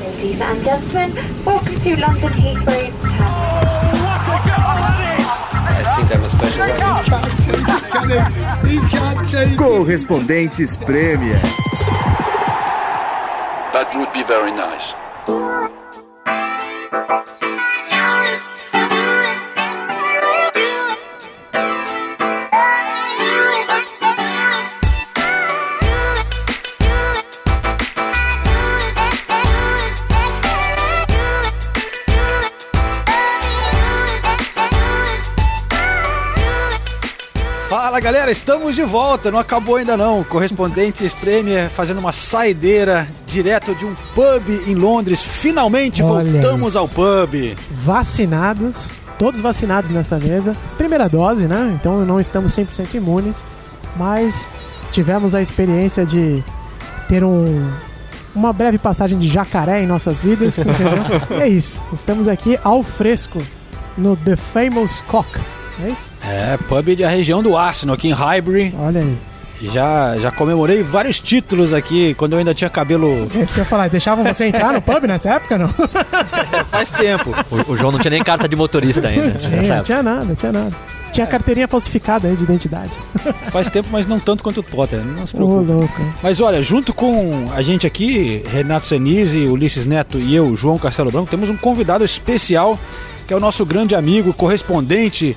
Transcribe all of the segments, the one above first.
Ladies and gentlemen, welcome to London Heathrow Terminal. Correspondentes Prêmio. That would be very nice. Fala galera, estamos de volta, não acabou ainda não. Correspondentes Premier fazendo uma saideira direto de um pub em Londres. Finalmente Olha voltamos isso. ao pub. vacinados, todos vacinados nessa mesa. Primeira dose, né? Então não estamos 100% imunes, mas tivemos a experiência de ter um uma breve passagem de jacaré em nossas vidas, entendeu? E é isso. Estamos aqui ao fresco no The Famous Cock. É isso? É, pub da região do Arsenal, aqui em Highbury. Olha aí. Já, já comemorei vários títulos aqui, quando eu ainda tinha cabelo É isso que eu ia falar. Deixavam você entrar no pub nessa época, não? faz tempo. O, o João não tinha nem carta de motorista ainda. nessa Tinha, época. tinha nada, tinha nada. Tinha carteirinha falsificada aí de identidade. Faz tempo, mas não tanto quanto o Tottenham, não se Ô, preocupe. louco. Mas olha, junto com a gente aqui, Renato Senise, Ulisses Neto e eu, João Castelo Branco, temos um convidado especial, que é o nosso grande amigo, correspondente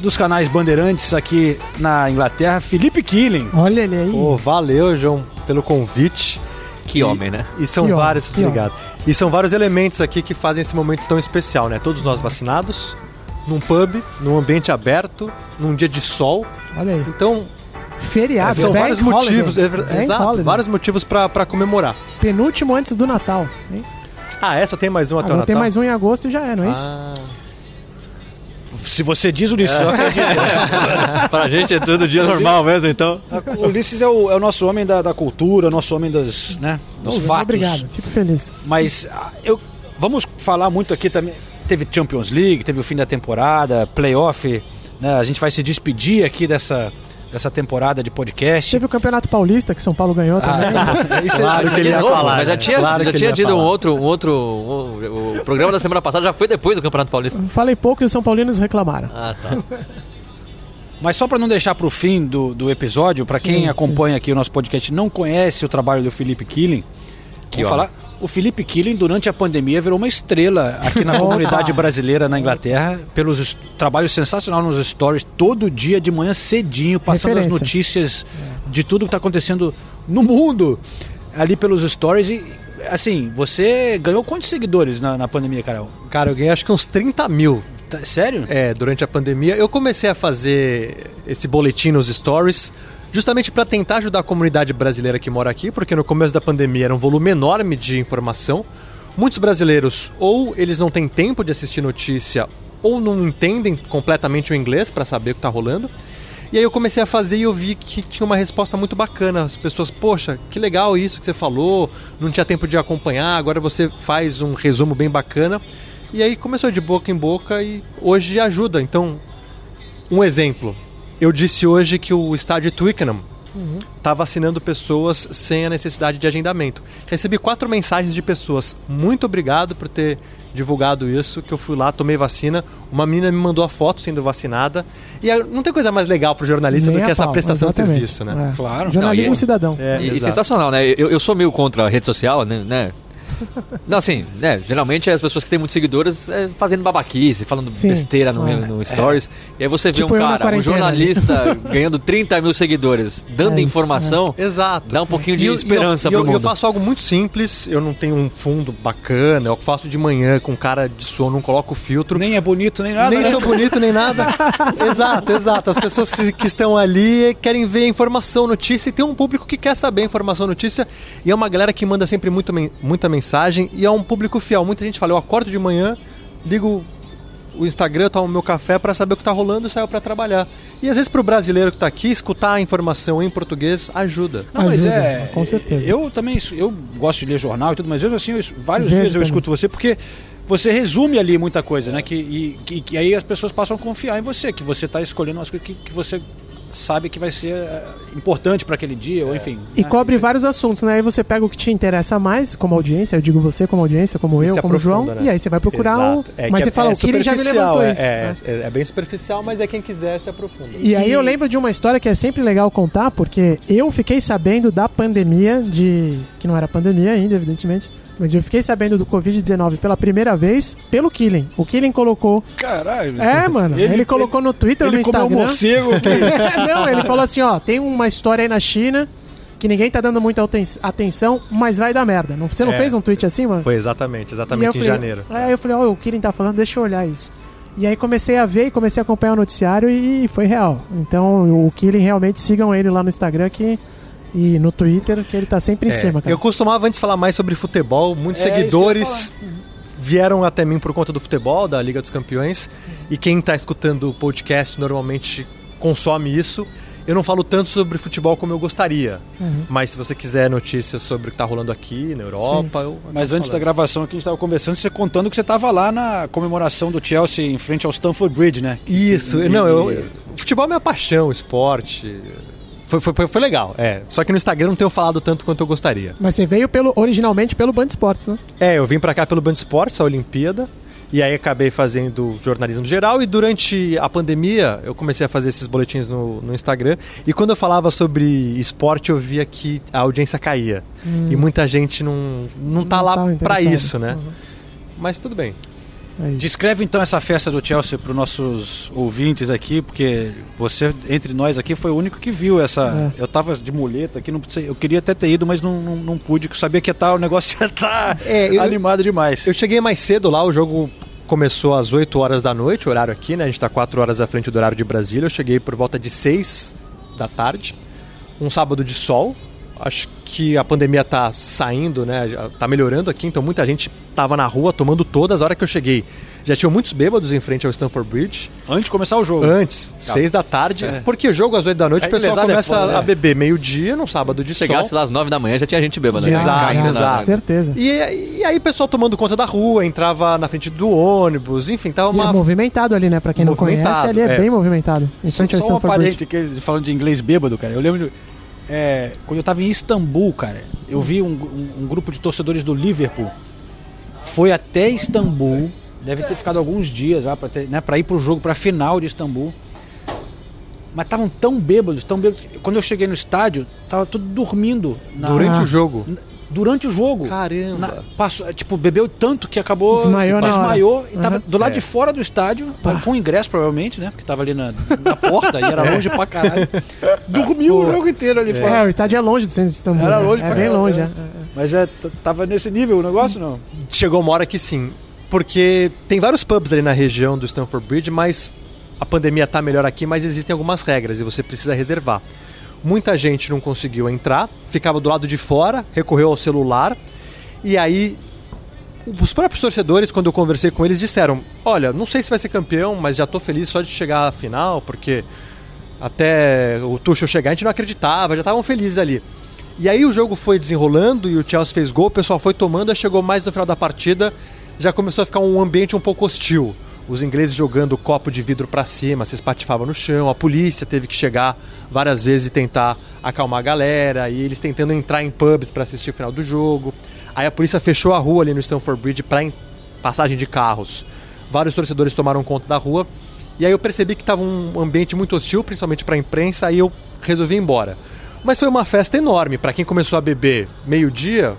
dos canais Bandeirantes aqui na Inglaterra, Felipe Killing. Olha ele aí. Pô, valeu, João, pelo convite. Que homem, né? E são Que honra, vários, que honra. obrigado. E são vários elementos aqui que fazem esse momento tão especial, né? Todos nós vacinados, num pub, num ambiente aberto, num dia de sol. Olha aí. Então, Feriado, É, são Bank vários Holiday. motivos, é ver- Bank exato, Holiday. vários motivos pra pra comemorar. Penúltimo antes do Natal. Hein? Ah, é, só tem mais um até o Agora Natal. tem mais um em agosto e já é, não é isso? Ah, Se você diz Ulisses, É. eu acredito. Pra gente é todo dia normal mesmo, então. O Ulisses é o, é o nosso homem da, da cultura, nosso homem das, né, dos fatos. Então, Obrigado, fico feliz. Mas ah, eu, vamos falar muito aqui também. Teve Champions League, teve o fim da temporada, playoff. Né? A gente vai se despedir aqui dessa, dessa temporada de podcast. Teve o Campeonato Paulista que São Paulo ganhou também. Isso é- Claro que ele ia De novo, falar, Mas já né? tinha, Claro já que ele tinha ia tido um falar. outro, um outro. um- o programa da semana passada já foi depois do Campeonato Paulista. Ah. Falei pouco e os São Paulinos reclamaram. Ah, tá. Mas só para não deixar para o fim do, do episódio, para Sim, quem acompanha aqui o nosso podcast e não conhece o trabalho do Felipe Killing, Que vou homem. falar. O Felipe Killing, durante a pandemia, virou uma estrela aqui na comunidade brasileira na Inglaterra, pelos est- trabalhos sensacionais nos stories, todo dia de manhã cedinho, passando as Referência. É. notícias de tudo que está acontecendo no mundo, ali pelos stories. E, assim, você ganhou quantos seguidores na, na pandemia, Carol? Cara, eu ganhei acho que uns 30 mil Tá- sério? É, durante a pandemia, eu comecei a fazer esse boletim nos stories, justamente para tentar ajudar a comunidade brasileira que mora aqui, porque no começo da pandemia era um volume enorme de informação. Muitos brasileiros ou eles não têm tempo de assistir notícia ou não entendem completamente o inglês para saber o que tá rolando. E aí eu comecei a fazer e eu vi que tinha uma resposta muito bacana. As pessoas, poxa, que legal isso que você falou, não tinha tempo de acompanhar, agora você faz um resumo bem bacana. E aí começou de boca em boca e hoje ajuda. Então, um exemplo. Eu disse hoje que o estádio Twickenham está vacinando pessoas sem a necessidade de agendamento. Recebi quatro mensagens de pessoas. Muito obrigado por ter divulgado isso, que eu fui lá, tomei vacina. Uma menina me mandou a foto sendo vacinada. E aí, não tem coisa mais legal para o jornalista Nem do a que essa pau, prestação de exatamente. serviço, né? É. Claro. Jornalismo Não, e- cidadão. É, E, e exato. sensacional, né? Eu, eu sou meio contra a rede social, né? né? Não, assim, né? Geralmente as pessoas que têm muitos seguidores é, fazendo babaquice, falando Sim. besteira no, É. no Stories. E aí você vê Tipo um eu na cara, um quarentena, né? jornalista ganhando 30 mil seguidores, dando É isso, informação, Exato. dá um pouquinho de eu- esperança e eu, pro e mundo. eu faço algo muito simples, eu não tenho um fundo bacana, eu faço de manhã com cara de sono, não coloco filtro. Nem é bonito, nem nada. nem né? sou bonito, nem nada. exato, exato. As pessoas que- que estão ali querem ver informação, notícia, e tem um público que quer saber informação, notícia, e é uma galera que manda sempre muito, men- muita mensagem, e é um público fiel. Muita gente fala, eu acordo de manhã, ligo o Instagram, tomo meu café para saber o que tá rolando e saio para trabalhar. E às vezes pro brasileiro que tá aqui, escutar a informação em português ajuda. Não, mas Ajuda, é. com certeza. Eu também isso- eu gosto de ler jornal e tudo, mas eu assim, eu, vários Vejo dias eu também. escuto você porque você resume ali muita coisa, né? Que, e, que, que aí as pessoas passam a confiar em você, que você está escolhendo umas tá coisas que, que você sabe que vai ser eh, importante para aquele dia, ou enfim. E né? cobre vários assuntos, né? Aí você pega o que te interessa mais, como audiência, eu digo você, como audiência, como E eu, se como João, aprofunda, né? e aí você vai procurar o. Exato. É mas que você é- fala, é o Kiri já me superficial, levantou é- isso. né? É, é- é bem superficial, mas é quem quiser se aprofunda. E aí eu lembro de uma história que é sempre legal contar, porque eu fiquei sabendo da pandemia de. que não era pandemia ainda, evidentemente. Mas eu fiquei sabendo do Covid-19 pela primeira vez pelo Killing. O Killing colocou. Caralho. É, mano. Ele, colocou no Twitter, Ele no comeu um Instagram. morcego. que- não, ele falou assim, ó, tem uma história aí na China que ninguém tá dando muita aten- atenção, mas vai dar merda. Não- Você não É. fez um tweet assim, mano? Foi exatamente, E eu exatamente em falei- janeiro. Aí eu falei, ó, o Kirin tá falando, deixa eu olhar isso. E aí comecei a ver e comecei a acompanhar o noticiário e foi real. Então o Kirin realmente sigam ele lá no Instagram que, e no Twitter, que ele tá sempre em É, cima, cara. Eu costumava antes falar mais sobre futebol, muitos É, isso que eu ia seguidores vieram até mim por conta do futebol, da Liga dos Campeões, e quem está escutando o podcast normalmente consome isso. Eu não falo tanto sobre futebol como eu gostaria, Uhum. mas se você quiser notícias sobre o que está rolando aqui na Europa, eu acabo Mas antes da falando. gravação aqui, a gente estava conversando, você contando que você estava lá na comemoração do Chelsea em frente ao Stamford Bridge, né? Isso, não, eu, eu- futebol é minha paixão, esporte. Foi, foi, foi- foi legal, é. Só que no Instagram não tenho falado tanto quanto eu gostaria. Mas você veio pelo, originalmente pelo Band Esportes, né? É, eu vim pra cá pelo Band Esportes, a Olimpíada, e aí acabei fazendo jornalismo geral. E durante a pandemia eu comecei a fazer esses boletins no, no Instagram. E quando eu falava sobre esporte, eu via que a audiência caía. E muita gente não, não tá Hum. Não lá tava pra interessado. isso, né? Uhum. Mas tudo bem. É isso. Descreve então essa festa do Chelsea para os nossos ouvintes aqui, porque você, entre nós aqui, foi o único que viu essa. É. Eu tava de muleta aqui, não sei, eu queria até ter ido, mas não, não, não pude, que eu sabia que ia tá, o negócio ia tá É, eu- animado demais. Eu cheguei mais cedo lá, o jogo começou às 8 horas da noite, horário aqui, né? A gente tá 4 horas à frente do horário de Brasília. Eu cheguei por volta de 6 da tarde. Um sábado de sol. Acho que a pandemia tá saindo, né? já Tá melhorando aqui, então muita gente tava na rua tomando todas. A hora que eu cheguei, já tinham muitos bêbados em frente ao Stanford Bridge. Antes de começar o jogo. Antes, 6 da tarde, porque jogo às 8 da noite, Aí o pessoal lesado é começa foda, né? a beber meio-dia, num sábado de sol. Chegasse lá às 9 da manhã, já tinha gente bêbada. né? Exato, Caindo na- exato. Ah, Certeza. E, E, é e aí, pessoal tomando conta da rua, entrava na frente do ônibus, enfim, tava é uma. movimentado ali, né? Pra quem não conhece, Movimentado, ali é, é. bem movimentado. Em Só, frente ao só um Stanford Bridge. parente que falando de inglês bêbado, cara. Eu lembro. é, quando eu tava em Istambul, cara, eu vi um, um- um grupo de torcedores do Liverpool. Foi até Istambul. Deve ter ficado alguns dias lá pra, ter, né, pra ir pro jogo, pra final de Istambul. Mas estavam tão bêbados, tão bêbados. que Quando eu cheguei no estádio, tava tudo dormindo. na- Durante Ah. o jogo. n- durante o jogo. Caramba. Na- passou, tipo, bebeu tanto que acabou. Desmaiou na hora. desmaiou e tava Aham. do lado É. de fora do estádio, com ingresso provavelmente, né? Porque tava ali na, na porta e era É. longe pra caralho. Dormiu o jogo inteiro ali É, fora. o estádio é longe do centro de Istambul. Era né? longe É pra bem caralho, longe, né? é, é. Mas é, t- tava nesse nível o negócio, não? Chegou uma hora que sim. Porque tem vários pubs ali na região do Stanford Bridge, mas a pandemia tá melhor aqui, mas existem algumas regras e você precisa reservar. Muita gente não conseguiu entrar, ficava do lado de fora, recorreu ao celular. E aí, os próprios torcedores, quando eu conversei com eles, disseram: Olha, não sei se vai ser campeão, mas já tô feliz só de chegar à final, porque até o Tuchel chegar, a gente não acreditava, já estavam felizes ali. E aí o jogo foi desenrolando e o Chelsea fez gol, o pessoal foi tomando, aí chegou mais no final da partida, já começou a ficar um ambiente um pouco hostil. Os ingleses jogando copo de vidro pra cima, se espatifava no chão, a polícia teve que chegar várias vezes e tentar acalmar a galera, e eles tentando entrar em pubs pra assistir o final do jogo. Aí a polícia fechou a rua ali no Stamford Bridge pra en- passagem de carros. Vários torcedores tomaram conta da rua. E aí eu percebi que estava um ambiente muito hostil, principalmente para a imprensa, aí eu resolvi ir embora. Mas foi uma festa enorme. Para quem começou a beber meio-dia,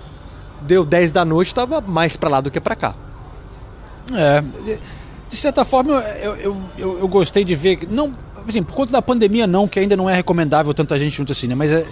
deu 10 da noite, estava mais para lá do que para cá. É. de- De certa forma, eu, eu, eu, eu gostei de ver. Não, assim, por conta da pandemia, não, que ainda não é recomendável tanta gente junto assim, né? Mas é,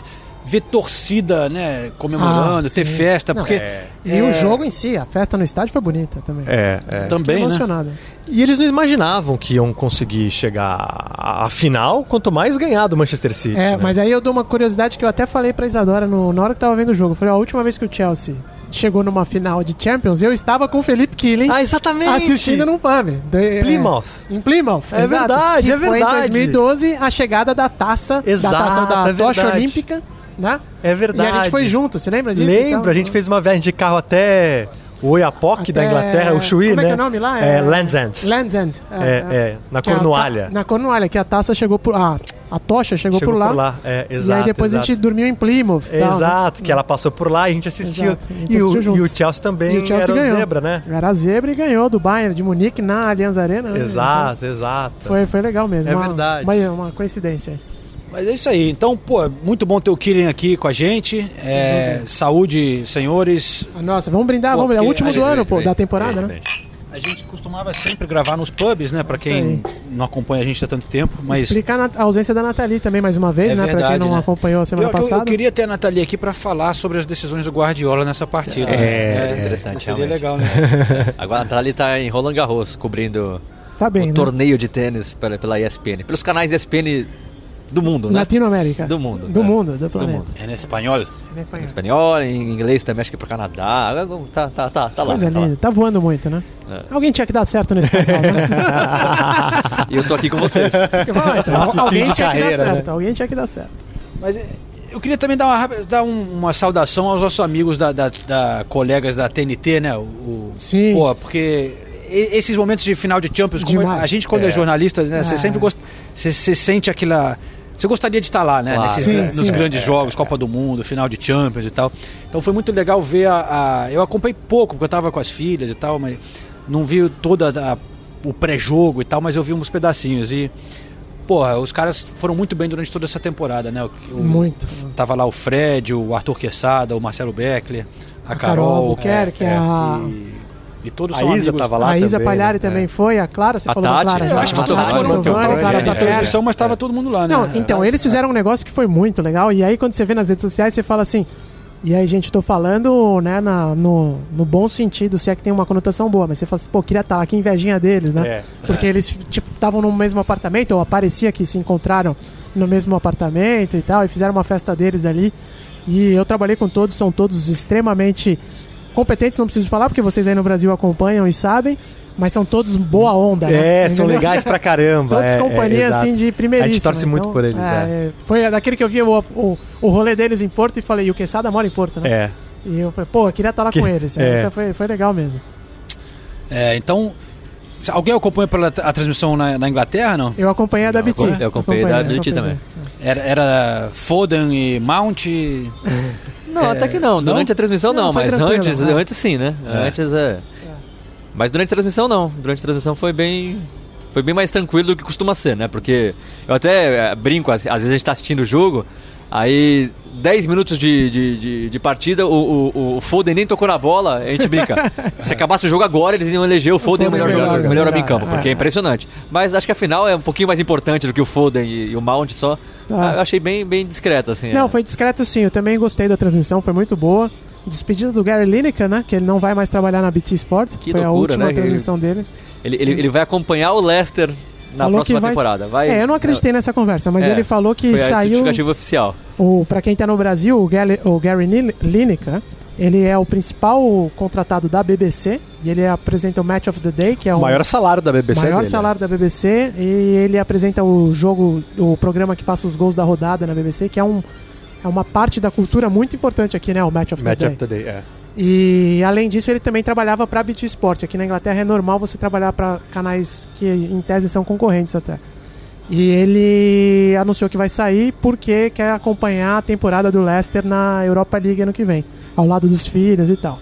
ver torcida, né? Comemorando, Ah, ter sim. festa, Não, porque. é. E o jogo em si, a festa no estádio foi bonita também. É, é. Fiquei Também, né? emocionado. E eles não imaginavam que iam conseguir chegar à final, quanto mais ganhar do Manchester City. É, né? mas aí eu dou uma curiosidade que eu até falei pra Isadora no, na hora que tava vendo o jogo. Eu falei, ó, a última vez que o Chelsea chegou numa final de Champions, eu estava com o Felipe Killing Ah, exatamente! assistindo num pub. De- Plymouth. é, em Plymouth. É exato. verdade, que é Foi em verdade. 2012 a chegada da taça, Exato, da taça da é tocha verdade. olímpica, né? É verdade. E a gente foi junto, você lembra disso? Lembra? Então, a gente fez uma viagem de carro até o Oiapoque da Até- Inglaterra, o Chuí, como né? é que é o nome lá? É, É- Land's End. Land's End. É, é, na Que a ta- Cornualha. na Cornualha, que a taça chegou por. A, a tocha chegou, Chegou por lá. É, e exato, aí depois exato. a gente dormiu em Plymouth. tal, né? Exato, que ela passou por lá e a gente assistiu. Exato, a gente e, assistiu o, juntos. e o Chelsea também E o Chelsea era ganhou. zebra, né? Era a zebra e ganhou do Bayern de Munique na Allianz Arena. né? Exato, exato. Então, Foi, foi legal mesmo. É uma- verdade. Uma, uma coincidência. Mas é isso aí. Então, pô, é muito bom ter o Killian aqui com a gente. É, saúde, senhores. Ah, Nossa, vamos brindar, Pô, vamos brindar. O que- último do ano, pô, da temporada, É, né? A gente costumava sempre gravar nos pubs, né? Pra quem não acompanha a gente há tanto tempo, mas Explicar na- a ausência da Nathalie também mais uma vez, é né? verdade, pra quem não né? acompanhou a semana Pior que eu- passada. Eu, queria ter a Nathalie aqui pra falar sobre as decisões do Guardiola nessa partida. né? é interessante, Seria realmente. legal, né? Agora a Natália tá em Roland Garros, cobrindo Tá bem, o né? torneio de tênis pela, pela ESPN. Pelos canais ESPN do mundo, né? Latinoamérica. Do mundo, Do né? mundo, do planeta. mundo. em espanhol. Em espanhol, em inglês também, acho que é pro Canadá. Agora Tá, tá, tá, tá lá. Coisa tá lá. linda, tá voando muito, né? Alguém tinha que dar certo nesse casal, né? E eu tô aqui com vocês. Vai, então, Nosso fim alguém de tinha que carreira, dar né? certo, alguém tinha que dar certo. Mas é, eu queria também dar uma, rápida- dar um- uma saudação aos nossos amigos da, da- da- colegas da TNT, né? O, o- Sim. Pô, porque e- esses momentos de final de Champions, como Demais. a gente quando é, jornalista, né? Você É. sempre gosta, você, você sente aquela você gostaria de estar lá, né? Claro. nesses- Sim, nos sim. grandes jogos, Copa do Mundo, final de Champions e tal. Então foi muito legal ver a, a- eu acompanhei pouco porque eu tava com as filhas e tal, mas não vi toda a- o pré-jogo e tal, mas eu vi uns pedacinhos e Porra, os caras foram muito bem durante toda essa temporada, né? O- o- Muito. Tava lá o Fred, o Arthur Quesada, o Marcelo Beckler, a, A Carol Carol. Albuquerque, é, a- E, e todos A são Isa amigos. tava lá A Isa também, Palhari né? também foi, a Clara, você A falou da Tati, Clara. né? né? Eu acho que A todos Tati, foram, o então, Giovanni, todos, a Clara né? na Tati. Patriarca. transmissão, mas tava todo mundo lá, né? Não, então, eles fizeram um negócio que foi muito legal. E aí, quando você vê nas redes sociais, você fala assim. E aí, gente, tô falando, né, na- no, no bom sentido, se é que tem uma conotação boa, mas você fala assim, pô, queria estar lá, que invejinha deles, né? É. Porque eles tipo, estavam no mesmo apartamento, ou parecia que se encontraram no mesmo apartamento e tal, e fizeram uma festa deles ali. E eu trabalhei com todos, são todos extremamente competentes, não preciso falar, porque vocês aí no Brasil acompanham e sabem, mas são todos boa onda. né? É, são Entendeu? legais pra caramba. Todos é, é, companhia, exato. assim, de primeiríssima. A gente torce muito Então, por eles, é. é, Foi daquele que eu vi o, o, o rolê deles em Porto e falei, e o Quesada mora em Porto, né? É. E eu falei, pô, eu queria estar lá Que- com eles. é. Essa foi, foi legal mesmo. É, então. se Alguém acompanha pela, a transmissão na, na Inglaterra, não? Eu acompanhei a da Não, BT. eu acompanhei da BT também. Era, era Foden e Mount. e- Não, até que não. não? Durante a transmissão não, É, Não, foi mas tranquilo, antes, né? antes sim, né? É. Antes é. Mas durante a transmissão não. Durante a transmissão foi bem. Foi bem mais tranquilo do que costuma ser, né? Porque eu até eh, brinco, às, às vezes a gente tá assistindo o jogo, aí 10 minutos de, de, de- de partida, o, o, o Foden nem tocou na bola, a gente brinca. Se acabasse o jogo agora, eles iam eleger o Foden, é o melhor, é melhor jogador, jogador. melhor homem em campo, porque É. é impressionante. Mas acho que a final é um pouquinho mais importante do que o Foden e, e o Mount só. Tá. Eu achei bem, bem discreto, assim. Não, é. foi discreto sim. Eu também gostei da transmissão, foi muito boa. Despedida do Gary Lineker, né? Que ele não vai mais trabalhar na BT Sport. Que foi loucura, a última né? transmissão dele. Ele, ele, ele vai acompanhar o Leicester na Falou que próxima vai- temporada. Vai... É, eu não acreditei nessa conversa, mas É, ele falou que Foi a saiu. justificativa oficial. O, pra quem tá no Brasil, o Gary, o Gary Lin- Lineker, ele é o principal contratado da BBC e ele apresenta o Match of the Day, que é O o maior salário da BBC maior dele, né? salário da BBC, e ele apresenta o jogo, o programa que passa os gols da rodada na BBC, que é, um, é uma parte da cultura muito importante aqui, né? O Match of né? the Match Day. of the Day, é. E além disso, ele também trabalhava para a BT Sport. Aqui na Inglaterra é normal você trabalhar para canais que em tese são concorrentes até. E ele anunciou que vai sair porque quer acompanhar a temporada do Leicester na Europa League ano que vem, ao lado dos filhos e tal.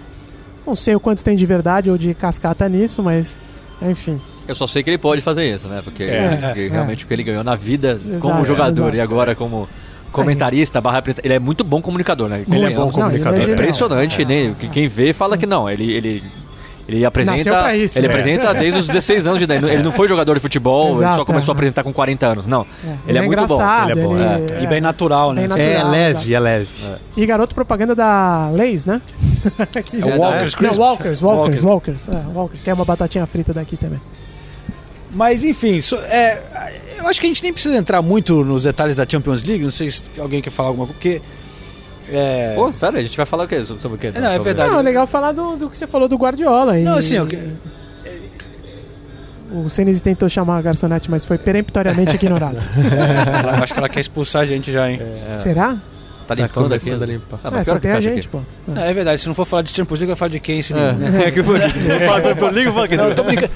Não sei o quanto tem de verdade ou de cascata nisso, mas enfim. Eu só sei que ele pode fazer isso, né? Porque, É. porque realmente o que ele ganhou na vida como É. Exato, jogador exato. e agora como comentarista, barra apresenta- ele é muito bom comunicador, né? Ele é bom Convenhamos. Não, comunicador. ele é É genial. impressionante, né? Que- Quem vê fala que não. Ele, ele, ele Nasceu apresenta. pra isso, ele né? apresenta desde os 16 anos de idade. Ele não foi jogador de futebol, ele só Exato, começou é. a apresentar com 40 anos. Não. Ele, é, muito bom. engraçado, ele é bom, ele- E bem natural, né? Bem natural. É Natural, leve, é leve. E garoto propaganda da Leis, né? Que- É o Walker's Não, Crisps. Walkers, Walkers, Walkers, é, Walkers, que é uma batatinha frita daqui também. Mas enfim, so- é, eu acho que a gente nem precisa entrar muito nos detalhes da Champions League. Não sei se alguém quer falar alguma coisa, porque. É, Pô, sério, a gente vai falar o quê? Sobre, sobre o quê? Não, é Sobre- verdade. Não, é legal falar do, do que você falou do Guardiola. e- não, assim, eu, que- O Senise tentou chamar a garçonete, mas foi peremptoriamente ignorado. É. ela- eu acho que ela quer expulsar a gente já, hein? Será? Tá limpando aqui. começando a limpar. Ah, mas pior é, só que tem a fecha aqui. gente, pô. Não, é verdade, se não for falar de Champions League, vai falar de quem esse nível, né? É, que foi. Eu ligo Não, eu tô brincando.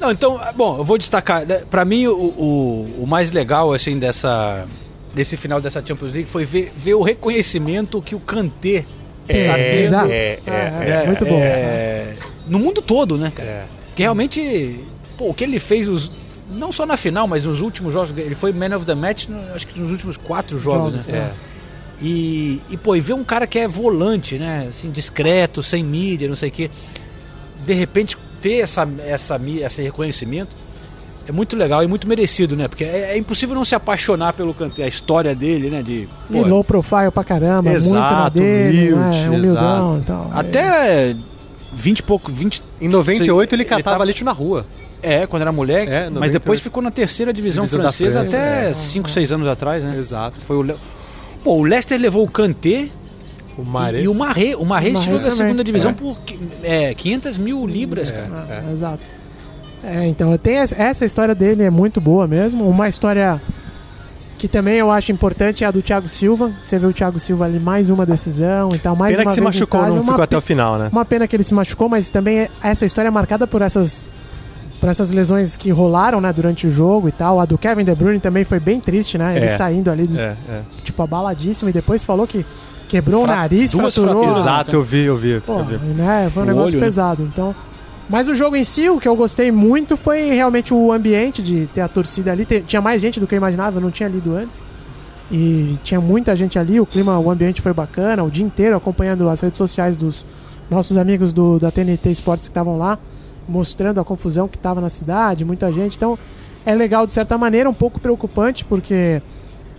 Não, então, bom, eu vou destacar. né, Pra mim, o, o, o mais legal, assim, dessa, desse final dessa Champions League foi ver, ver o reconhecimento que o Kanté tá É, tendo. exato. É, é, É, muito bom. é, no mundo todo, né, cara? É. Porque realmente, pô, o que ele fez, os, não só na final, mas nos últimos jogos, ele foi man of the match, no- acho que nos últimos quatro jogos, Jogos, é. né? E, e, pô, e ver um cara que é volante, né? Assim, discreto, sem mídia, não sei o quê. De repente, ter essa, essa, mi- esse reconhecimento é muito legal e muito merecido, né? Porque é, é impossível não se apaixonar pelo Kanté, a história dele, né? De, pô, E low profile pra caramba, muito na Exato, dele, humilde, né? humildão exato. e tal. até 20 e pouco, 20, Em 98 ele Ele catava tava- lixo na rua. É, quando era moleque, É, mas depois 98. ficou na terceira divisão, Divisão da francesa França, é. até 5, 6 anos atrás, né? Exato. Foi o Le... Pô, o Leicester levou o Kanté O e, Maré. e o Marré. O Marré O Mahrez estirou da também. segunda divisão por qui- é, 500 mil É. libras, cara. Ah, Exato. É, então, eu tenho essa- essa história dele é muito boa mesmo. Uma história que também eu acho importante é a do Thiago Silva. Você vê o Thiago Silva ali mais uma decisão e tal, mais Pena uma que se vez no machucou, estádio. não Uma ficou até pe- o final, né? Uma pena que ele se machucou, mas também é- essa história é marcada por essas por essas lesões que rolaram, né, durante o jogo e tal. A do Kevin De Bruyne também foi bem triste, né? Ele É. saindo ali do, É, é. tipo abaladíssimo e depois falou que quebrou Fra- o nariz, duas fraturou. a- fraturas. Exato, eu vi, eu vi. eu Pô, vi. né? Foi um O negócio olho, né? pesado. Então. Mas o jogo em si, o que eu gostei muito foi realmente o ambiente de ter a torcida ali. Te- Tinha mais gente do que eu imaginava, eu não tinha lido antes. E tinha muita gente ali, o clima, o ambiente foi bacana, o dia inteiro acompanhando as redes sociais dos nossos amigos do, da TNT Esportes que estavam lá, mostrando a confusão que estava na cidade, muita gente. Então, é legal de certa maneira, um pouco preocupante, porque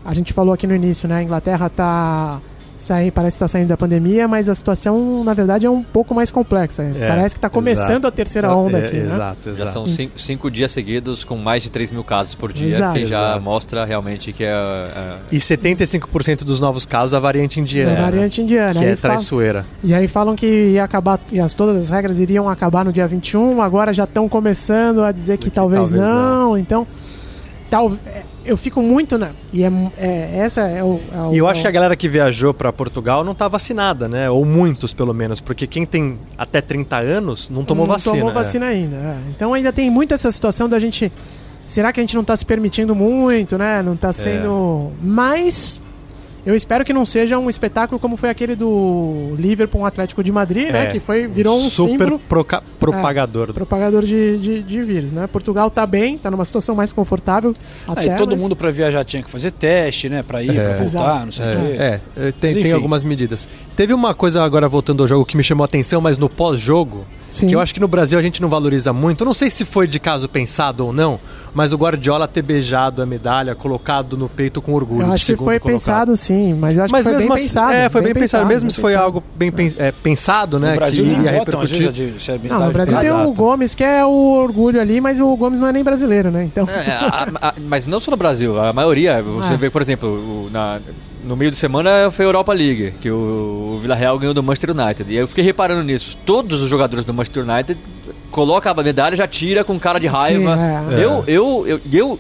a gente falou aqui no início, né? A Inglaterra tá saindo, parece que tá saindo da pandemia, mas a situação, na verdade, é um pouco mais complexa. É, parece que tá começando exato. a terceira onda É, aqui, né? Exato, Já exato. são cinco, cinco dias seguidos com mais de 3 mil casos por dia, Exato. que já Exato. mostra realmente que é, é- E 75% dos novos casos da variante indiana. Da variante indiana. Que Aí é fa- traiçoeira. E aí falam que ia acabar, e as, todas as regras iriam acabar no dia 21, agora já estão começando a dizer que, Que talvez, talvez não. Então, tal, é, eu fico muito na. E é, é- essa é o. é o- E eu é acho o- que a galera que viajou pra Portugal não tá vacinada, né? Ou muitos, pelo menos. Porque quem tem até 30 anos não tomou não vacina. tomou é. vacina ainda. é. Então ainda tem muito essa situação da gente. Será que a gente não está se permitindo muito, né? Não É. está sendo. Mas eu espero que não seja um espetáculo como foi aquele do Liverpool Atlético de Madrid, né? É. Que foi, virou um Super símbolo proca- propagador. propagador de, de, de vírus, né? Portugal tá bem, tá numa situação mais confortável. Aí Até, Ah, todo mas- mundo pra viajar tinha que fazer teste, né? Pra ir, pra voltar, Exato. não sei o quê. É, é, é, Mas tem, tem enfim. algumas medidas. Teve uma coisa agora voltando ao jogo que me chamou a atenção, mas no pós-jogo, Sim. que eu acho que no Brasil a gente não valoriza muito. Eu não sei se foi de caso pensado ou não, mas o Guardiola ter beijado a medalha, colocado no peito com orgulho. Eu de acho que segundo foi colocado. pensado sim, mas eu acho Mas que foi mesmo bem assim, pensado. é, foi bem, pensado. Mesmo bem se foi pensado. algo bem pen- é, pensado, né? No Brasil que nem iria botam, às repercutir. vezes, a de, se é Não, medalha no Brasil de tem prata. o Gomes, que é o orgulho ali, mas o Gomes não é nem brasileiro, né? Então. é, a- a- mas não só no Brasil, a maioria. Você Ah. vê, por exemplo, o- na- no meio de semana foi a Europa League, que o, o Vila Real ganhou do Manchester United. E eu fiquei reparando nisso. Todos os jogadores do Manchester United colocam a medalha e já tira com cara de raiva. Sim, é. Eu, eu, eu, eu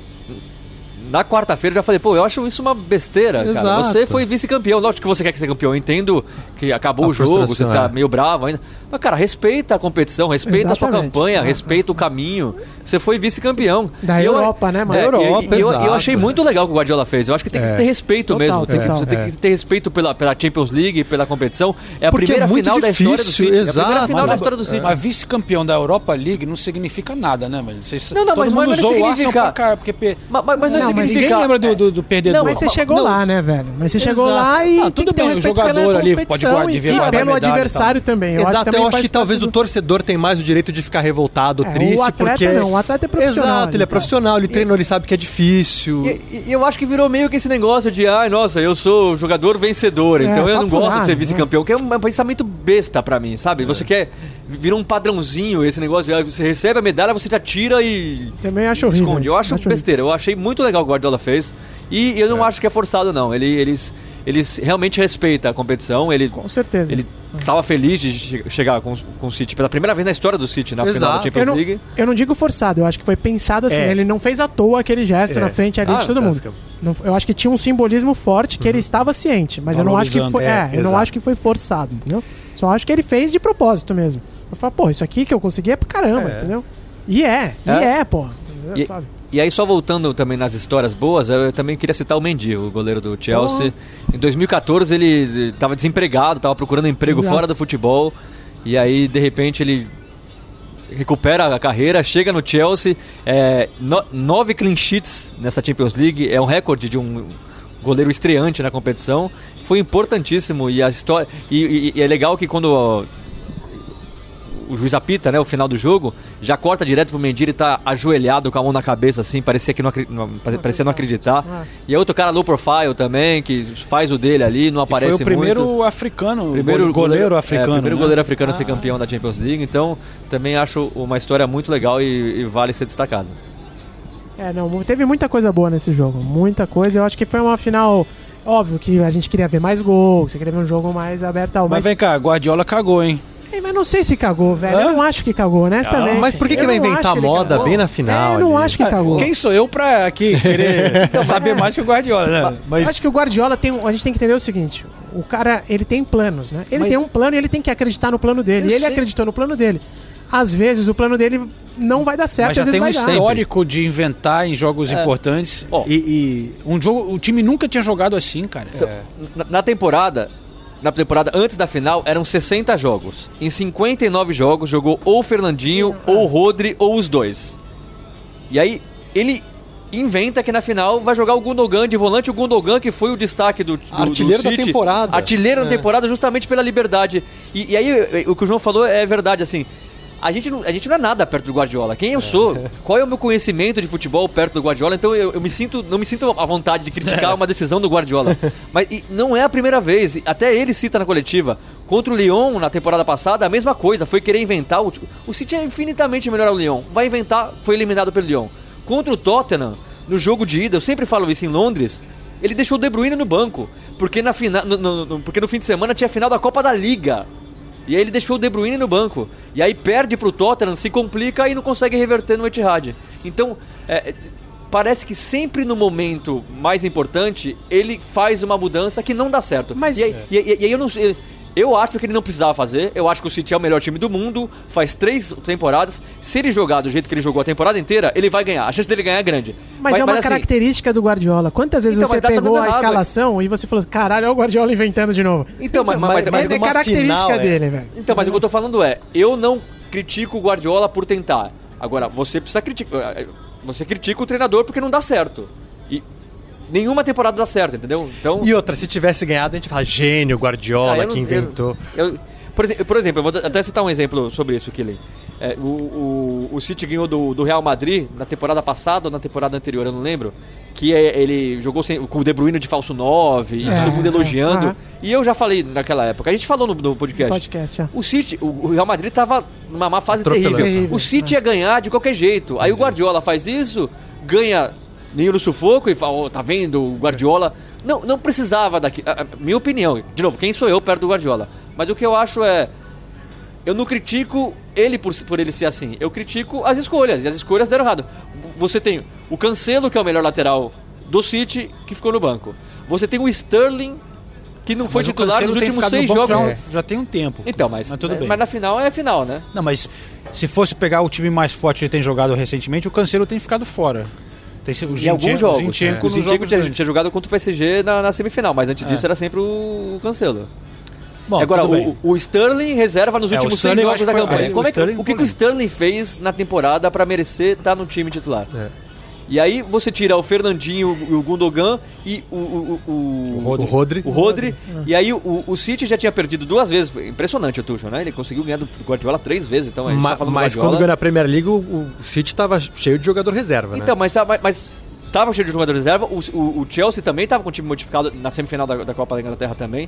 na quarta-feira já falei, pô, eu acho isso uma besteira, cara. Exato. Você foi vice-campeão. Lógico que você quer que ser campeão. Eu entendo que acabou A o jogo, você frustração, tá é. meio bravo ainda. Mas, cara, respeita a competição, respeita a sua Exatamente. campanha, Ah, respeita o caminho. Você foi vice-campeão. Da E eu- Europa, né, mano? É, Da Europa, e- e eu, exato. eu achei muito legal o que o Guardiola fez. Eu acho que tem que É. ter respeito Total, mesmo. Tem que- total. você tem É. que ter respeito pela, pela Champions League, pela competição. É a Porque é primeira muito final da história do difícil, City. É a primeira exato. É. final da história do Mas, City. mas vice-campeão da Europa League não significa nada, né, mano? Vocês, Não, não, todo mas não mundo é usou o Arsenal significar. pra cara, porque... pe- Mas, mas, mas não, é Não, mas significa... Ninguém lembra do, do, do perdedor. Não, Mas você Não, chegou não. lá, né, velho? Mas você chegou Exato. lá e Não, tem tudo que ter um bem, o respeito pela jogador ali pode competição guardar- devia e guardar pelo a medalha e adversário também. Eu acho Exato, também eu acho faz que talvez parte o do- torcedor tem mais o direito de ficar revoltado, É, triste, o atleta porque. não, o atleta é profissional. Exato, ele é profissional, ele treinou, ele sabe que é difícil. E, e eu acho que virou meio que esse negócio de, ai, nossa, eu sou jogador vencedor, É, então eu não papo gosto de ser nada, vice-campeão, que é um pensamento besta pra mim, É. sabe? Você quer. Virou um padrãozinho esse negócio, de, ah, você recebe a medalha, você já tira e. Também acho e horrível Esconde. Eu acho, isso, acho horrível. besteira. Eu achei muito legal o que o Guardiola fez. E eu não acho que é forçado, não. Ele, eles, eles realmente respeitam a competição. Ele, Com certeza. ele tava feliz de che- chegar com, com o City pela primeira vez na história do City na final da Exato. Eu Champions não, League. eu não digo forçado, eu acho que foi pensado assim. É. Ele não fez à toa aquele gesto É. na frente ali Ah, de todo mundo. Não- eu acho que tinha um simbolismo forte que ele estava ciente, mas eu não acho que Valorizando, foi. É, é, eu não exato. acho que foi forçado, entendeu? Só acho que ele fez de propósito mesmo. Eu falo, pô, isso aqui que eu consegui é pra caramba, É. entendeu? E é, e É. é, pô. E- Sabe? E aí, só voltando também nas histórias boas, eu também queria citar o Mendy, o goleiro do Chelsea. Oh. Em 2014, ele estava desempregado, estava procurando emprego Exato. fora do futebol. E aí, de repente, ele recupera a carreira, chega no Chelsea. é, no- nove clean sheets nessa Champions League, é um recorde de um goleiro estreante na competição. Foi importantíssimo e a história. E, e- e é legal que quando ó, o juiz apita, né, o final do jogo, já corta direto pro Mendy, ele tá ajoelhado com a mão na cabeça, assim, parecia que não, acre- não- pare- parecia não acreditar. Ah. E é outro cara low profile também, que faz o dele ali, não Foi aparece o primeiro muito. africano, primeiro goleiro, africano. É, primeiro né? goleiro africano a ser campeão da Champions League, então também acho uma história muito legal e, e vale ser destacado. É, não, mu- teve muita coisa boa nesse jogo, muita coisa. Eu acho que foi uma final. Óbvio que a gente queria ver mais gols, você queria ver um jogo mais aberto. tal, Mas Mas, vem cá, Guardiola cagou, hein? Ei, mas não sei se cagou, velho. Hã? Eu não acho que cagou, honestamente. Mas por que, que Eu vai não acho inventar que ele moda cagou. bem na final? É, eu não ali? Ah, acho que cagou. Quem sou eu pra aqui querer saber mais que o Guardiola, né? Eu acho Mas que o Guardiola tem. um- A gente tem que entender o seguinte: o cara, ele tem planos, né? Ele Mas- tem um plano e ele tem que acreditar no plano dele. Eu E ele sei. acreditou no plano dele. Às vezes o plano dele não vai dar certo, Mas já às vezes tem um vai dar. histórico de inventar em jogos importantes. É. Ó. E, e um jogo, o time nunca tinha jogado assim, cara. Na, na temporada, na temporada antes da final, eram 60 jogos. Em 59 jogos, jogou ou o Fernandinho, ou o Rodri, ou os dois. E aí, ele inventa que na final vai jogar o Gundogan de volante, o Gundogan que foi o destaque do, do Artilheiro do da City. temporada. Artilheiro da temporada justamente pela liberdade. E, e aí, eh, o que o João falou é verdade, assim... A gente, não, a gente não é nada perto do Guardiola. Quem eu sou? Qual é o meu conhecimento de futebol perto do Guardiola? Então eu, eu me sinto, não me sinto à vontade de criticar uma decisão do Guardiola. Mas e não é a primeira vez. E Até ele cita na coletiva. Contra o Lyon, na temporada passada, a mesma coisa. Foi querer inventar. O, o City é infinitamente melhor ao Lyon. Vai inventar, foi eliminado pelo Lyon. Contra o Tottenham, no jogo de ida, eu sempre falo isso em Londres, ele deixou o De Bruyne no banco. Porque, na fina, no, no- no- porque no fim de semana tinha a final da Copa da Liga. E aí ele deixou o De Bruyne no banco. E aí perde pro Tottenham, se complica e não consegue reverter no Etihad. Então, é, é, parece que sempre no momento mais importante, ele faz uma mudança que não dá certo. Mas- é. E aí- e, e- e aí eu não sei. Eu acho que ele não precisava fazer. Eu acho que o City é o melhor time do mundo. Faz três temporadas. Se ele jogar do jeito que ele jogou a temporada inteira, ele vai ganhar. A chance dele ganhar é grande. Mas é uma assim, característica do Guardiola. Quantas vezes Então, você mas tá dando pegou a errado, escalação e você falou assim, caralho, olha o Guardiola inventando de novo. Então, mas, mas, mas- mas- Mas é numa característica final, é. dele, velho. então, mas o que eu tô falando é, eu não critico o Guardiola por tentar. Agora, você precisa criticar. Você critica o treinador porque não dá certo. E nenhuma temporada dá certo, entendeu? Então. E outra, se tivesse ganhado, a gente fala gênio, Guardiola, Ah, eu não- que inventou. eu- eu- por, exe- por exemplo, eu vou até citar um exemplo sobre isso, Killen. É, o, o, o City ganhou do, do Real Madrid na temporada passada ou na temporada anterior, eu não lembro. Que é- ele jogou sem- com o De Bruyne de falso 9 e É, todo mundo é, elogiando. aham. E eu já falei naquela época, a gente falou no, no podcast. Podcast, já. O City, o o Real Madrid tava numa má fase Atropelando. terrível. O City né? ia ganhar de qualquer jeito. Aí o Guardiola faz isso, ganha ninho no sufoco e fala, "Ô, tá vendo, o Guardiola... Não, não precisava daqui. a- a- Minha opinião, de novo, quem sou eu perto do Guardiola? Mas o que eu acho é... Eu não critico ele por, por ele ser assim. Eu critico as escolhas. E as escolhas deram errado. V- Você tem o Cancelo, que é o melhor lateral do City, que ficou no banco. Você tem o Sterling, que não Ah, foi Mas o titular Cancelo nos tem últimos ficado no seis banco jogos. Já, já tem um tempo. Então, mas, Mas tudo bem. na final é final, né? Não, mas se fosse pegar o time mais forte que tem jogado recentemente, o Cancelo tem ficado fora. Tem sido o Em alguns Zinchenko- jogos. é. o Zinchenko O nos Zinchenko jogos tinha, grandes. tinha jogado contra o PSG na, na semifinal, mas antes disso era sempre o, o Cancelo. É. Bom, Agora, tudo bem. o, o Sterling reserva nos É, o últimos seis Sterling eu jogos acho da que foi- aí, campanha. Como o é que- Sterling o que, que o foi- Sterling fez na temporada pra merecer estar no time titular? É. E aí você tira o Fernandinho e o Gundogan e o... O, o, o- Rodri. O Rodri. O Rodri. E é. aí o, o City já tinha perdido duas vezes. Impressionante o Tuchel, né? Ele conseguiu ganhar do Guardiola três vezes. Então, a gente Ma- tá falando do mas Guardiola. quando ganhou a Premier League, o, o City tava cheio de jogador reserva, né? Então, mas, tá- mas, mas tava cheio de jogador reserva. O, o- o Chelsea também tava com o time modificado na semifinal da, da Copa da Inglaterra também.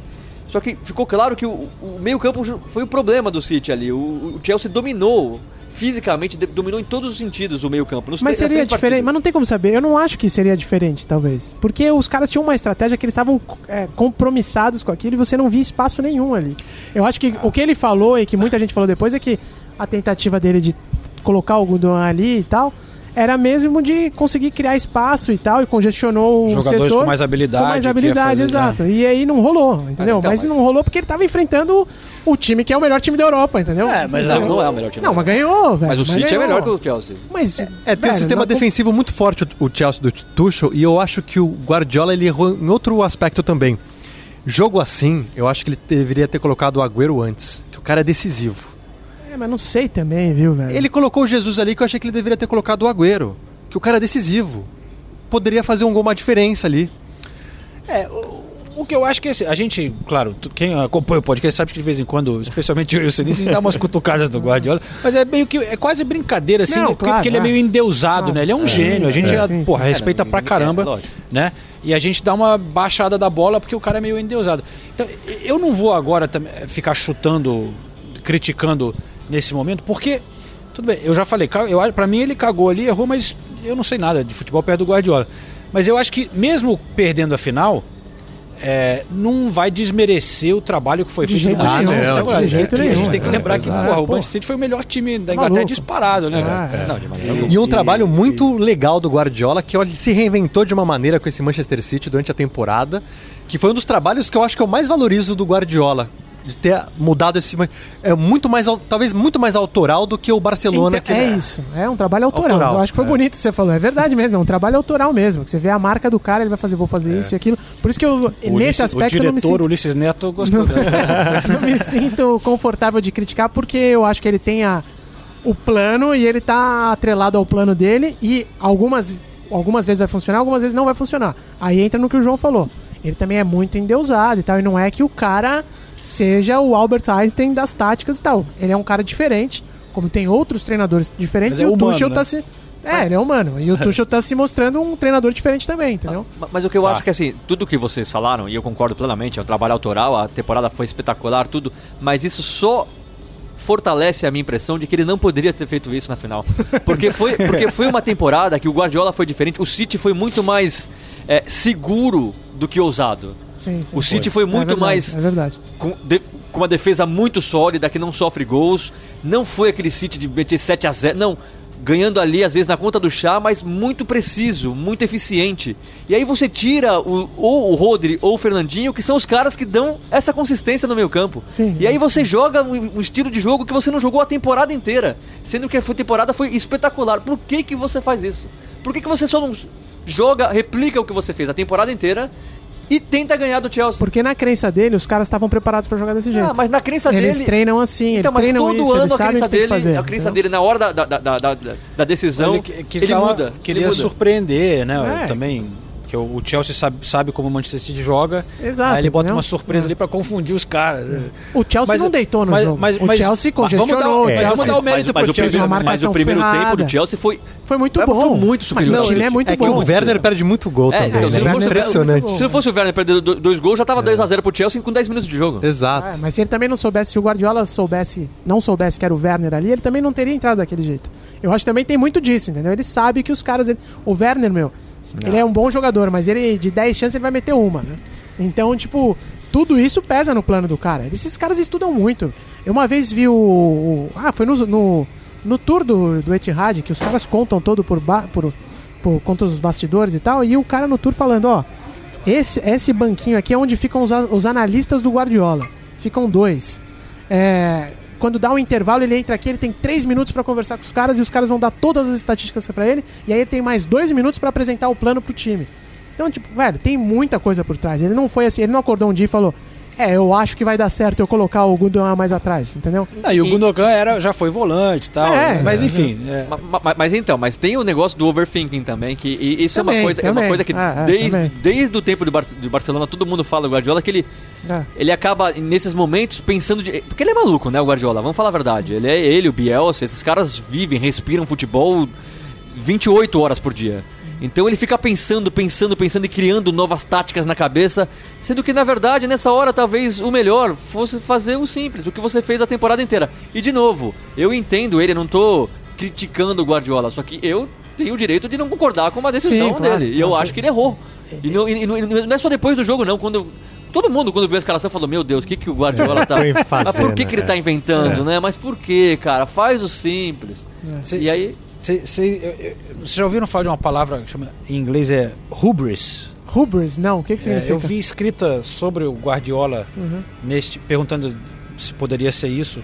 Só que ficou claro que o, o meio-campo ju- foi o problema do City ali. O, o Chelsea dominou fisicamente, de- dominou em todos os sentidos o meio-campo. nos Mas três- nas seria três diferente, partidas. mas não tem como saber. Eu não acho que seria diferente, talvez. Porque os caras tinham uma estratégia que eles estavam é, compromissados com aquilo e você não via espaço nenhum ali. Eu acho que o que ele falou e que muita gente falou depois é que a tentativa dele de colocar o Gundogan ali e tal era mesmo de conseguir criar espaço e tal, e congestionou o Jogadores setor. com mais habilidade, Com mais que ia habilidade, fazer- exato. E aí não rolou, entendeu? então, mas, mas- não rolou porque ele tava enfrentando o time que é o melhor time da Europa, entendeu? Então, É, mas Não, não é o melhor time. Não, mas ganhou, velho. Mas o City é ganhou. melhor que o Chelsea. Mas, É, tem um velho, sistema não- defensivo muito forte o o Chelsea do Tuchel e eu acho que o Guardiola ele errou em outro aspecto também. Jogo assim, eu acho que ele deveria ter colocado o Agüero antes, que o cara é decisivo. É, mas não sei também, viu, Hum. velho? Ele colocou o Jesus ali que eu achei que ele deveria ter colocado o Agüero, que o cara é decisivo. Poderia fazer um gol uma diferença ali. O que eu acho que é esse- a gente, claro, tu- quem acompanha o podcast sabe que de vez em quando, especialmente eu e o Sinistro, a gente dá umas cutucadas do Guardiola, mas é meio que é quase brincadeira assim, Não, porque, claro, porque ele é é. meio endeusado, né? Ele é um gênio, a gente sim, já, sim, porra, sim. respeita É, pra é, caramba, lógico. né? E a gente dá uma baixada da bola porque o cara é meio endeusado. Então, eu não vou agora tam- eh, ficar chutando, criticando nesse momento, porque tudo bem, eu já falei, ca- eu acho- pra mim ele cagou ali, errou, mas eu não sei nada de futebol perto do Guardiola. Mas eu acho que mesmo perdendo a final, é, não vai desmerecer o trabalho que foi De feito jeito no Manchester nenhum, até de agora. E jeito A gente nenhum, tem que é, lembrar que exato. porra, o Pô. Tá Manchester City foi o melhor time da Inglaterra Maluco. disparado, né, cara? Ah, é. Não, de maneira E um trabalho muito legal do Guardiola, que olha, ele se reinventou de uma maneira com esse Manchester City durante a temporada, que foi um dos trabalhos que eu acho que eu mais valorizo do Guardiola. De ter mudado esse. man- É muito mais. au- Talvez muito mais autoral do que o Barcelona. Então, é isso, é um trabalho autoral. Autoral, Eu acho que foi é. bonito o que você falou. É verdade mesmo, é um trabalho autoral mesmo. Que você vê a marca do cara, ele vai fazer, vou É. fazer isso e aquilo. Por isso que eu, nesse Ulisses- aspecto, o eu não me diretor sinto Ulisses Neto gostou dessa. não me sinto confortável de criticar porque eu acho que ele tem a- o plano e ele tá atrelado ao plano dele e algumas, algumas vezes vai funcionar, algumas vezes não vai funcionar. Aí entra no que o João falou. Ele também é muito endeusado e tal, e não é que o cara seja o Albert Einstein das táticas e tal. Ele é um cara diferente, como tem outros treinadores diferentes, Mas é e o humano, Tuchel né? tá se. É, ele é humano. E o Tuchel tá se mostrando um treinador diferente também, entendeu? Ma- Mas o que eu acho que assim, tudo que vocês falaram, e eu concordo plenamente, é um trabalho autoral, a temporada foi espetacular, tudo, mas isso só fortalece a minha impressão de que ele não poderia ter feito isso na final. Porque foi, porque foi uma temporada que o Guardiola foi diferente, o City foi muito mais é, seguro do que ousado. Sim, sim. O City foi É muito verdade, mais É verdade. com, de- com uma defesa muito sólida, que não sofre gols. Não foi aquele City de meter 7 a 0 não. Ganhando ali, às vezes, na conta do chá, mas muito preciso, muito eficiente. E aí você tira o, ou o Rodri ou o Fernandinho, que são os caras que dão essa consistência no meio campo. Sim. e aí você joga um, um estilo de jogo que você não jogou a temporada inteira, sendo que a fu- temporada foi espetacular. Por que, que você faz isso? Por que, que você só não joga, replica o que você fez a temporada inteira e tenta ganhar do Chelsea? Porque na crença dele, os caras estavam preparados pra jogar desse jeito. Ah, mas na crença eles dele. treinam assim, Então, eles mas treinam todo isso, eles ano a sabem o crença que tem dele, que fazer. a crença entendeu? dele na hora da, da, da, da, da- da decisão, Ele, ele, que- quis dar uma- muda. Queria ele muda. surpreender, né? É. Também. Que o o Chelsea sabe, sabe como o Manchester City joga. Exato, Aí ele bota entendeu? uma surpresa ali pra confundir os caras. O Chelsea não deitou no mas- jogo. mas- o mas- Chelsea mas vamos dar- um- um- congestionou. o É. mas Chelsea- vamos dar o mérito mas, pro o é Chelsea. uma primeiro, mas marcação o primeiro ferrada. tempo do Chelsea foi. Foi muito Mas bom. foi muito superior Mas ao o time é City. muito É que bom. o Werner perde muito gol É, também. então, se né? não fosse o Werner, impressionante. muito Se não fosse o Werner perder do- dois gols, já tava 2x0 pro Chelsea com 10 minutos de jogo. É, Exato. mas se ele também não soubesse, se o Guardiola soubesse, não soubesse que era o Werner ali, ele também não teria entrado daquele jeito. Eu acho que também tem muito disso, entendeu? Ele sabe que os caras. ele- o Werner, meu, ele é um bom jogador, mas ele de 10 chances ele vai meter uma, né? Então, tipo, tudo isso pesa no plano do cara. Esses caras estudam muito. Eu uma vez vi o. o- ah, foi no, no, no tour do, do Etihad, que os caras contam todo por, ba, por, por conta dos bastidores e tal, e o cara no tour falando, ó. Esse, esse banquinho aqui é onde ficam os, a- os analistas do Guardiola. Ficam dois. É, quando dá um intervalo, ele entra aqui, ele tem três minutos pra conversar com os caras e os caras vão dar todas as estatísticas pra ele. E aí ele tem mais dois minutos pra apresentar o plano pro time. Então, tipo, velho, tem muita coisa por trás. Ele não foi assim, ele não acordou um dia e falou: É, eu acho que vai dar certo eu colocar o Gundogan mais atrás, entendeu? Não, e o Gundogan era, já foi volante e tal. É, mas enfim. é. Ma- ma- Mas, então, mas tem o negócio do overthinking também, que e isso é Também, uma coisa, é também. uma coisa que Ah, é, desde, também. desde o tempo do, Bar- do Barcelona todo mundo fala do Guardiola que ele É. ele acaba, nesses momentos, pensando de. Porque ele é maluco, né, o Guardiola? Vamos falar a verdade. Ele é ele, o Bielsa, esses caras vivem, respiram futebol 28 horas por dia. Então ele fica pensando, pensando, pensando e criando novas táticas na cabeça, sendo que na verdade nessa hora talvez o melhor fosse fazer o simples, o que você fez a temporada inteira. E de novo, eu entendo ele, não tô criticando o Guardiola, só que eu tenho o direito de não concordar com uma decisão Sim, claro. dele. E eu Você- acho que ele errou. E não, e não- e não- não é só depois do jogo, não. Quando Todo mundo, quando viu a escalação, falou: Meu Deus, o que, que o Guardiola tá. Foi Mas por que, fazendo, que ele é. tá inventando, né? Mas por que, cara? Faz o simples. Cê- E aí. cê- cê- eu- eu- Vocês já ouviram falar de uma palavra que chama, em inglês é hubris? Hubris, não, o que, que É, significa? eu vi escrita sobre o Guardiola Uhum. neste perguntando se poderia ser isso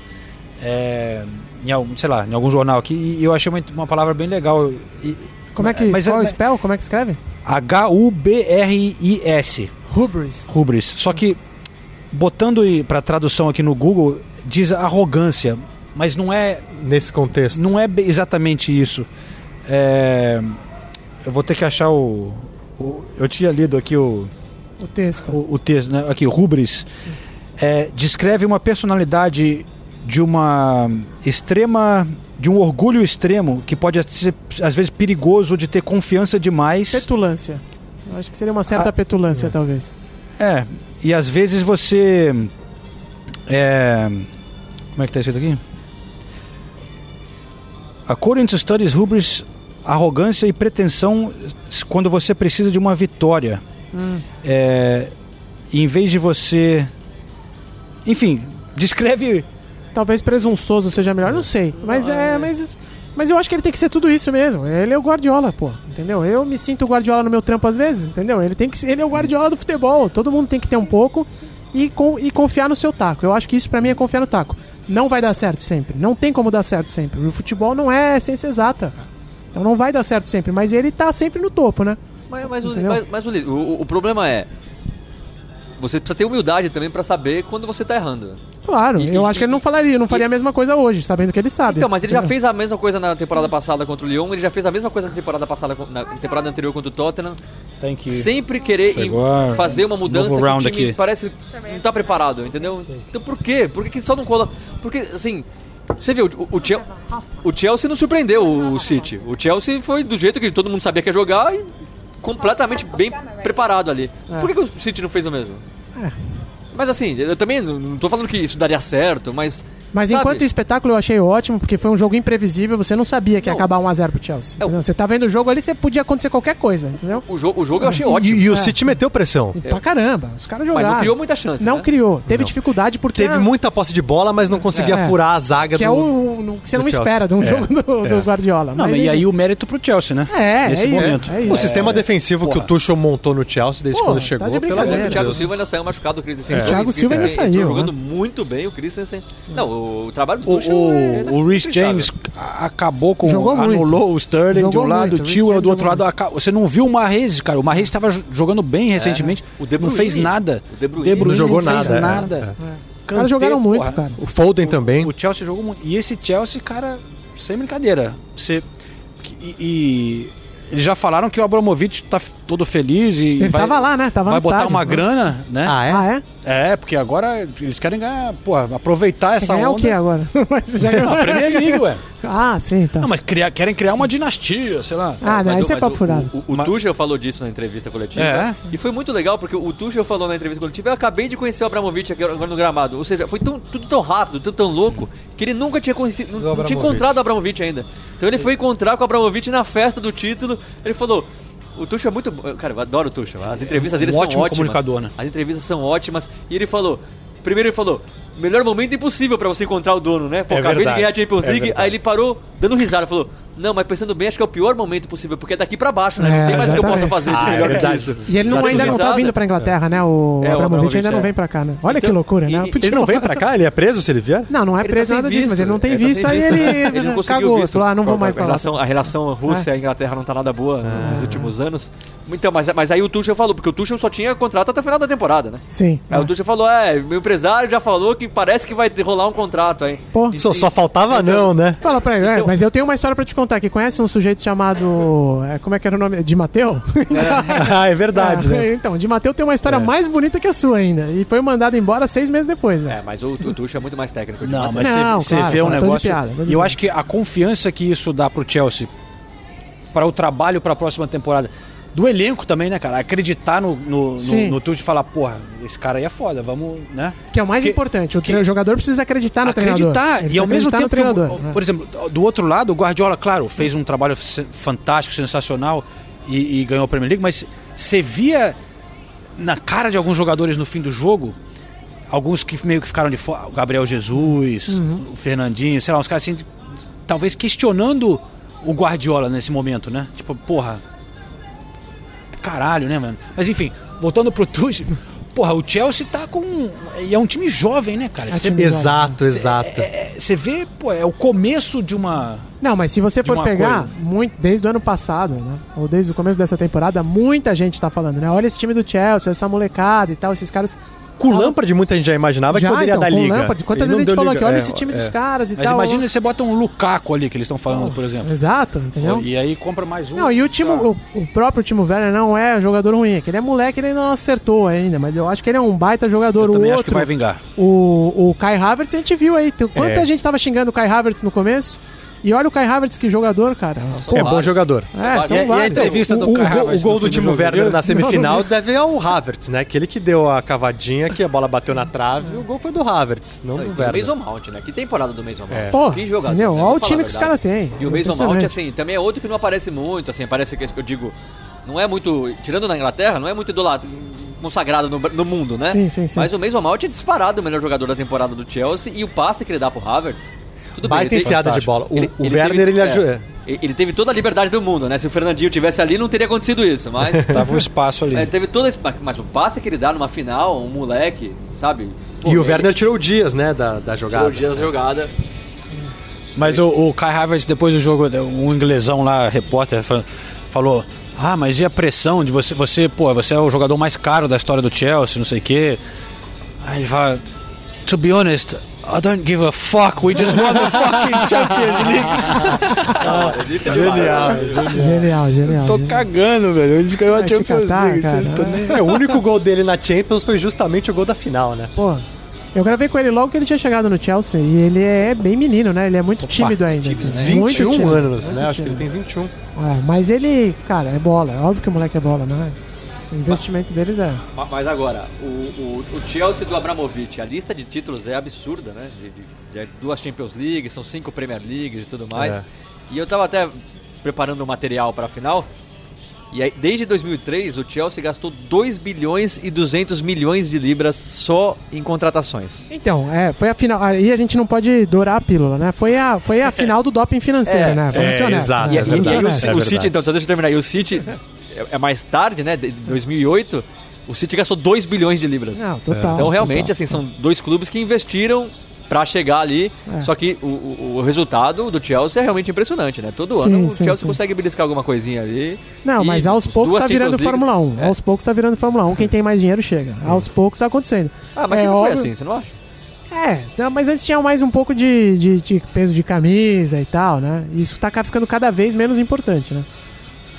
é, em algum, sei lá, em algum jornal aqui e eu achei uma, uma palavra bem legal. e- Como é que. mas- qual é o mas- spell? Como é que escreve? H-U-B-R-I-S, Hubris. Rubris. Só que botando para tradução aqui no Google diz arrogância, mas não é Nesse contexto. Não é be- exatamente isso. É, Eu vou ter que achar o, o- Eu tinha lido aqui o, O texto. o, o texto, né? Aqui, o Rubris. É, descreve uma personalidade de uma extrema. de um orgulho extremo que pode ser, às vezes, perigoso de ter confiança demais. Petulância. Eu acho que seria uma Ah. certa petulância, talvez. É. E às vezes você. É, como é que tá escrito aqui? According to studies, hubris, arrogância e pretensão s- quando você precisa de uma vitória. Hum. É, em vez de você. Enfim, descreve. Talvez presunçoso seja melhor, não sei. Mas é, mas. Mas eu acho que ele tem que ser tudo isso mesmo. Ele é o Guardiola, pô. Entendeu? Eu me sinto o Guardiola no meu trampo às vezes, entendeu? Ele tem que ser- ele é o Guardiola do futebol. Todo mundo tem que ter um pouco e, con- e confiar no seu taco. Eu acho que isso pra mim é confiar no taco. Não vai dar certo sempre. Não tem como dar certo sempre. O futebol não é ciência exata. cara. Então não vai dar certo sempre, mas ele tá sempre no topo, né? Mas, mas, o, Entendeu? mas, mas o, li- o- o problema é. Você precisa ter humildade também pra saber quando você tá errando. Claro, E- eu e- acho que ele não falaria, não faria a mesma coisa hoje, sabendo que ele sabe. Então, mas ele já entendeu? fez a mesma coisa na temporada passada contra o Lyon, ele já fez a mesma coisa na temporada passada co- na temporada anterior contra o Tottenham. Thank Sempre querer Chegou em- a- fazer uma mudança novo que o round time aqui. parece não tá preparado, entendeu? Então por quê? Por que, que só não cola? Porque assim, você viu, o, o Chel- o Chelsea não surpreendeu o o City. O Chelsea foi do jeito que todo mundo sabia que ia jogar e completamente bem preparado ali. Por que, que o City não fez o mesmo? Mas assim, eu também não- não tô falando que isso daria certo, mas Mas sabe? enquanto o espetáculo eu achei ótimo, porque foi um jogo imprevisível, você não sabia que ia Não. acabar 1x0 pro Chelsea. É, o- entendeu? Você tá vendo o jogo ali, você podia acontecer qualquer coisa, entendeu? o jogo, o jogo eu achei E, ótimo. e o É. City meteu pressão. Pra caramba, os caras Mas jogaram. não criou muita chance. Não né? criou. Teve Não. dificuldade porque... Teve ah, muita posse de bola, mas não conseguia É. furar a zaga Que é do. o no- que você do não Chelsea. espera de um É, jogo do, do é. Guardiola. Não, mas e aí enfim. o mérito pro Chelsea, né? É, Nesse é isso, momento. é O isso. sistema defensivo que o Tuchel montou no Chelsea desde Porra, quando tá chegou, de pelo brincadeira. amor O de Thiago Deus. Silva ainda saiu machucado, o Christensen. É. entrou, Thiago o Silva ainda Christensen entrou saiu, jogando muito bem o Christensen. Não, o, o trabalho do O, Tuchel é o, o Rhys James a- acabou com. Jogou muito. anulou o Sterling de Jogou um lado, muito, o o Rhys Tio James do outro jogou lado. aca- Você não viu o Marrez, cara. O Marrez estava jogando bem recentemente. É, O De não fez Bruyne. nada. O De Bruyne. Não jogou não fez nada, é. nada. Os caras jogaram muito, cara. O Foden É. também. O Chelsea jogou muito. E esse Chelsea, cara, sem brincadeira. Você. E, e- eles já falaram que o Abramovich tá f- todo feliz e Ele vai, tava lá, né? Tava vai no botar estádio, uma né? grana, né? Ah, é? Ah, é? é? porque agora eles querem ganhar, porra, aproveitar essa é onda. o que agora? Mas já ganhou. Não, a Premier League, ué. ah, sim, tá. Não, mas criar- querem criar uma dinastia, sei lá. Ah, não, isso é papo furado. O, o, o Tuchel falou disso na entrevista coletiva. É? E foi muito legal, porque o Tuchel falou na entrevista coletiva, eu acabei de conhecer o Abramovich aqui agora no gramado. Ou seja, foi tão- tudo tão rápido, tudo tão louco, que ele nunca tinha, conhecido, não- Do não tinha Abramovich. encontrado o Abramovich ainda. Então ele foi encontrar com o Abramovich na festa do título, ele falou... O Tuchel é muito. bom." Cara, eu adoro o Tuchel. As um entrevistas dele são ótimo ótimas. comunicador, né? As entrevistas são ótimas. E ele falou: primeiro ele falou, melhor momento impossível pra você encontrar o dono, né? Pô, É acabei verdade, de ganhar a Champions é League, verdade. aí ele parou dando risada, falou. Não, mas pensando bem, acho que é o pior momento possível, porque é daqui pra baixo, né? É, não tem mais o que eu exatamente. possa fazer tá de Ah, é melhor que verdade. isso. E ele não, Já ainda deu não tá risada. vindo pra Inglaterra, né? É, O o Abramovich ainda Abramovich, não é. vem pra cá, né? Olha Então, que loucura, e- né? e- Ele não vem pra cá? Ele é preso se ele vier? Não, não é Ele tá preso sem nada disso, visto, mas ele não tem ele tá visto, sem aí visto. ele, Ele não conseguiu cagou, visto. falou, ah, não vou Com a- mais a pra lá. É. relação, A relação Rússia e Inglaterra não tá nada boa nos últimos anos. Então, mas, mas aí o Tuchel falou, porque o Tuchel só tinha contrato até o final da temporada, né? Sim. Aí o Tuchel falou, é, meu empresário já falou que parece que vai rolar um contrato Então, aí. Pô. Só, só faltava não, né? Fala pra ele, é, Então- mas eu tenho uma história pra te contar, que conhece um sujeito chamado... é, como é que era o nome? De Mateu? Ah, é verdade, né? Então, de Mateu tem uma É. história mais bonita que a sua ainda, e foi mandado embora seis meses depois, velho. É, mas o, o Tuchel é muito mais técnico. de Não, fato. mas Não, você claro, vê um claro, tô de negócio. piada, tô de e eu piada. acho que a confiança que isso dá pro Chelsea, para o trabalho para a próxima temporada, do elenco também, né, cara? Acreditar no, no, no, Sim. no Tuchel e falar, porra, esse cara aí é foda, vamos, né? Que é o mais que- importante, o que- tre- jogador precisa acreditar Tá no treinador. acreditar. Ele E ao mesmo precisa tempo, que, acreditar no o- treinador, por né? exemplo, do outro lado, o Guardiola, claro, fez um trabalho se- fantástico, sensacional e, e ganhou a Premier League, mas você via na cara de alguns jogadores no fim do jogo, alguns que meio que ficaram de fora, o Gabriel Jesus, Uhum. o Fernandinho, sei lá, uns caras assim, talvez questionando o Guardiola nesse momento, né? Tipo, porra, caralho, né, mano? Mas enfim, voltando pro Tuchel, porra, o Chelsea tá com... e é um time jovem, né, cara? É Você time Exato, exato. você vê, pô, é o começo de uma... Não, mas se você De for uma pegar, coisa. muito, desde o ano passado, né? Ou desde o começo dessa temporada, muita gente tá falando, né? Olha esse time do Chelsea, essa molecada e tal, esses caras. Com o Lampard, muita gente já imaginava já, que Ah, poderia então, dar com o liga. Lampard, quantas Ele não vezes a gente deu falou liga. aqui, olha É, esse time é. dos caras e Mas tal. imagina ó. você bota um Lukaku ali, que eles estão falando, por exemplo. Exato, entendeu? E aí compra mais um. é, Não, e o Timo, o, o próprio Timo Werner não é jogador ruim, é que ele é moleque, ele ainda não acertou ainda, mas eu acho que ele é um baita jogador. Eu o também outro, acho que vai vingar. o, o Kai Havertz, a gente viu aí, tem- quanta É. gente tava xingando o Kai Havertz no começo, e olha o Kai Havertz, que jogador, cara. É bom jogador. É, vários. são E- e a vários. entrevista- Vista O, do o Kai gol, Havertz o gol no do fim do Timo jogo, Werner viu? na semifinal deve ao Havertz, né? Aquele que deu a cavadinha, que a bola bateu na trave, o gol foi do Havertz, não do Não, e tem o Werner. Mason Mount, né? Que temporada do Mason Mount. É. Pô, que jogador. entendeu? né? Olha Vamos o falar time a que os verdade. caras têm. E o Mason Mount, Impressionante. assim, também é outro que não aparece muito, assim, parece que eu digo, não é muito, tirando na Inglaterra, não é muito idolatrado, consagrado no, no mundo, né? Sim, sim, sim. Mas o Mason Mount é disparado o melhor jogador da temporada do Chelsea e o passe que ele dá pro Havertz, tudo Baita bem. ele teve- enfiada de bola. O, o teve- Werner, ele é, ajuda. ele- ele teve toda a liberdade do mundo, né? Se o Fernandinho tivesse ali, não teria acontecido isso, mas... Tá. Tava o espaço ali. é, teve todo esse... Mas o passe que ele dá numa final, um moleque, sabe? Pô, E o ele Werner tirou o Dias, né, da, da jogada. tirou o dia da jogada. Mas o, o Kai Havertz, depois do jogo, um inglesão lá, repórter, fa- falou: Ah, mas e a pressão de você? Você, pô, você é o jogador mais caro da história do Chelsea, não sei o quê. Aí ele fala: To be honest, I don't give a fuck, we just won the fucking Champions League. Mas isso é demais. Genial, genial. então, Tô genial. cagando, velho. A gente ganhou Vai a te Champions catar, League. cara. né? tô nem- É, o único gol dele na Champions foi justamente o gol da final, né? Pô, eu gravei com ele logo que ele tinha chegado no Chelsea. E ele é bem menino, né? Ele é muito tímido ainda. assim, né? muito 21 tímido. anos, né? Muito Acho que ele tem 21. É, mas ele, cara, é bola. É óbvio que o moleque é bola, né? O investimento deles é. Ma- Mas agora, o, o, o Chelsea do Abramovich, a lista de títulos é absurda, né? De, de- de duas Champions League, são cinco Premier Leagues e tudo mais. É. E eu tava até preparando o material para a final. E aí, desde 2003, o Chelsea gastou 2 bilhões e 200 milhões de libras só em contratações. Então, é, foi a final. Aí a gente não pode dourar a pílula, né? Foi a, foi a final do doping financeiro, É, né? é, ser honestos, exato, né? E, é e- Vamos ser e o, verdade. honestos. É o verdade. City, então, só deixa eu terminar. E o City, é, é mais tarde, né? De de 2008, o City gastou 2 bilhões de libras. Não, total. Então, realmente, total. assim, são dois clubes que investiram pra chegar ali. É. Só que o, o- o resultado do Chelsea é realmente impressionante, né? Todo Sim, ano sim, o Chelsea sim. consegue beliscar alguma coisinha ali. Não, E mas aos poucos duas tá virando Champions Leagues- Fórmula 1. É. Aos poucos tá virando Fórmula 1. Quem tem mais dinheiro chega. Uhum. Aos poucos tá acontecendo. Ah, mas É sempre foi óbvio- assim, você não acha? É, não, mas antes tinha mais um pouco de, de- de peso de camisa e tal, né? Isso tá ca- ficando cada vez menos importante, né?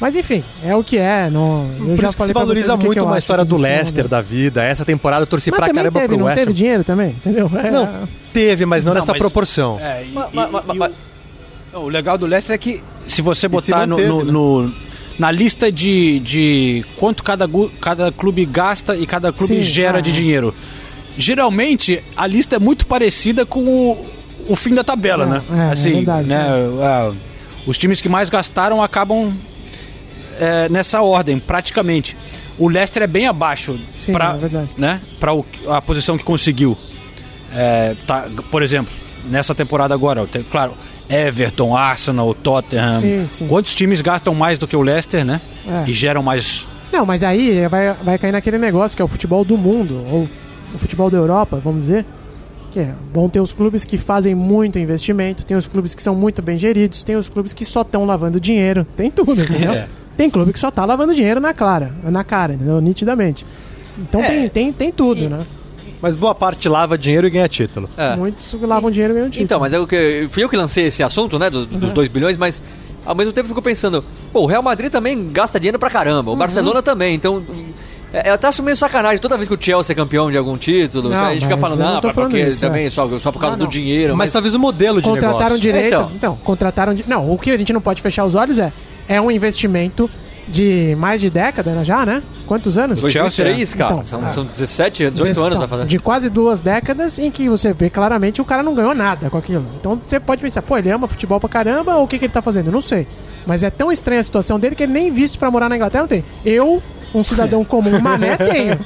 Mas enfim, é o que é. Não, eu Por já falei isso que se pra vocês valoriza o que que muito eu uma acho história do filme, Leicester né? da vida. Essa temporada eu torci Mas pra também caramba teve, pro não West teve Ham. dinheiro também, entendeu? É. Não, teve, mas não, Não, nessa mas- proporção. É, e- Ma- e- ma- ma- e o- ma- Não, O legal do Leicester é que se você botar no- manteve, no, né? no- na lista de, de quanto cada, gu- cada clube gasta e cada clube Sim, gera ah, de é. dinheiro, geralmente a lista é muito parecida com o, o fim da tabela, É, né? é, é assim, verdade, é. né? ah, os times que mais gastaram acabam é, nessa ordem, praticamente. O Leicester é bem abaixo Sim, é para verdade. né, pra o- a posição que conseguiu. É, tá, por exemplo, nessa temporada agora, tem- claro, Everton, Arsenal, Tottenham. Sim, sim. Quantos times gastam mais do que o Leicester, né? É. E geram mais. Não, mas aí vai, vai cair naquele negócio que é o futebol do mundo, ou o futebol da Europa, vamos dizer. Que é, vão ter os clubes que fazem muito investimento, tem os clubes que são muito bem geridos, tem os clubes que só estão lavando dinheiro, tem tudo, entendeu? É. Tem clube que só tá lavando dinheiro na clara, na cara, entendeu? Nitidamente. Então É. tem, tem, tem tudo, né? Mas boa parte lava dinheiro e ganha título. É. Muitos lavam dinheiro e ganham título. Então, mas é o que fui eu que lancei esse assunto, né, do- Uhum. dos 2 bilhões, mas ao mesmo tempo eu fico pensando, pô, o Real Madrid também gasta dinheiro pra caramba, o Uhum. Barcelona também, então é, eu até acho meio sacanagem toda vez que o Chelsea é campeão de algum título, Não, a gente fica mas falando, eu não ah, tô pra- falando porque isso, também é. só, só por causa Não, do não. dinheiro, Mas mas, talvez o modelo de contrataram negócio. direito. Então. Então. contrataram. di- Não, o que a gente não pode fechar os olhos é é um investimento de mais de década né, já, né? Quantos anos? Dois- Chelsea, 2003, cara, Então, são, ah. são 17, 18 anos Então, pra fazer. De quase duas décadas em que você vê claramente o cara não ganhou nada com aquilo. Então você pode pensar, pô, ele ama futebol pra caramba, ou o que, que ele tá fazendo? Eu não sei. Mas é tão estranha a situação dele que ele nem visto pra morar na Inglaterra não tem. Eu um cidadão comum, mané, tenho.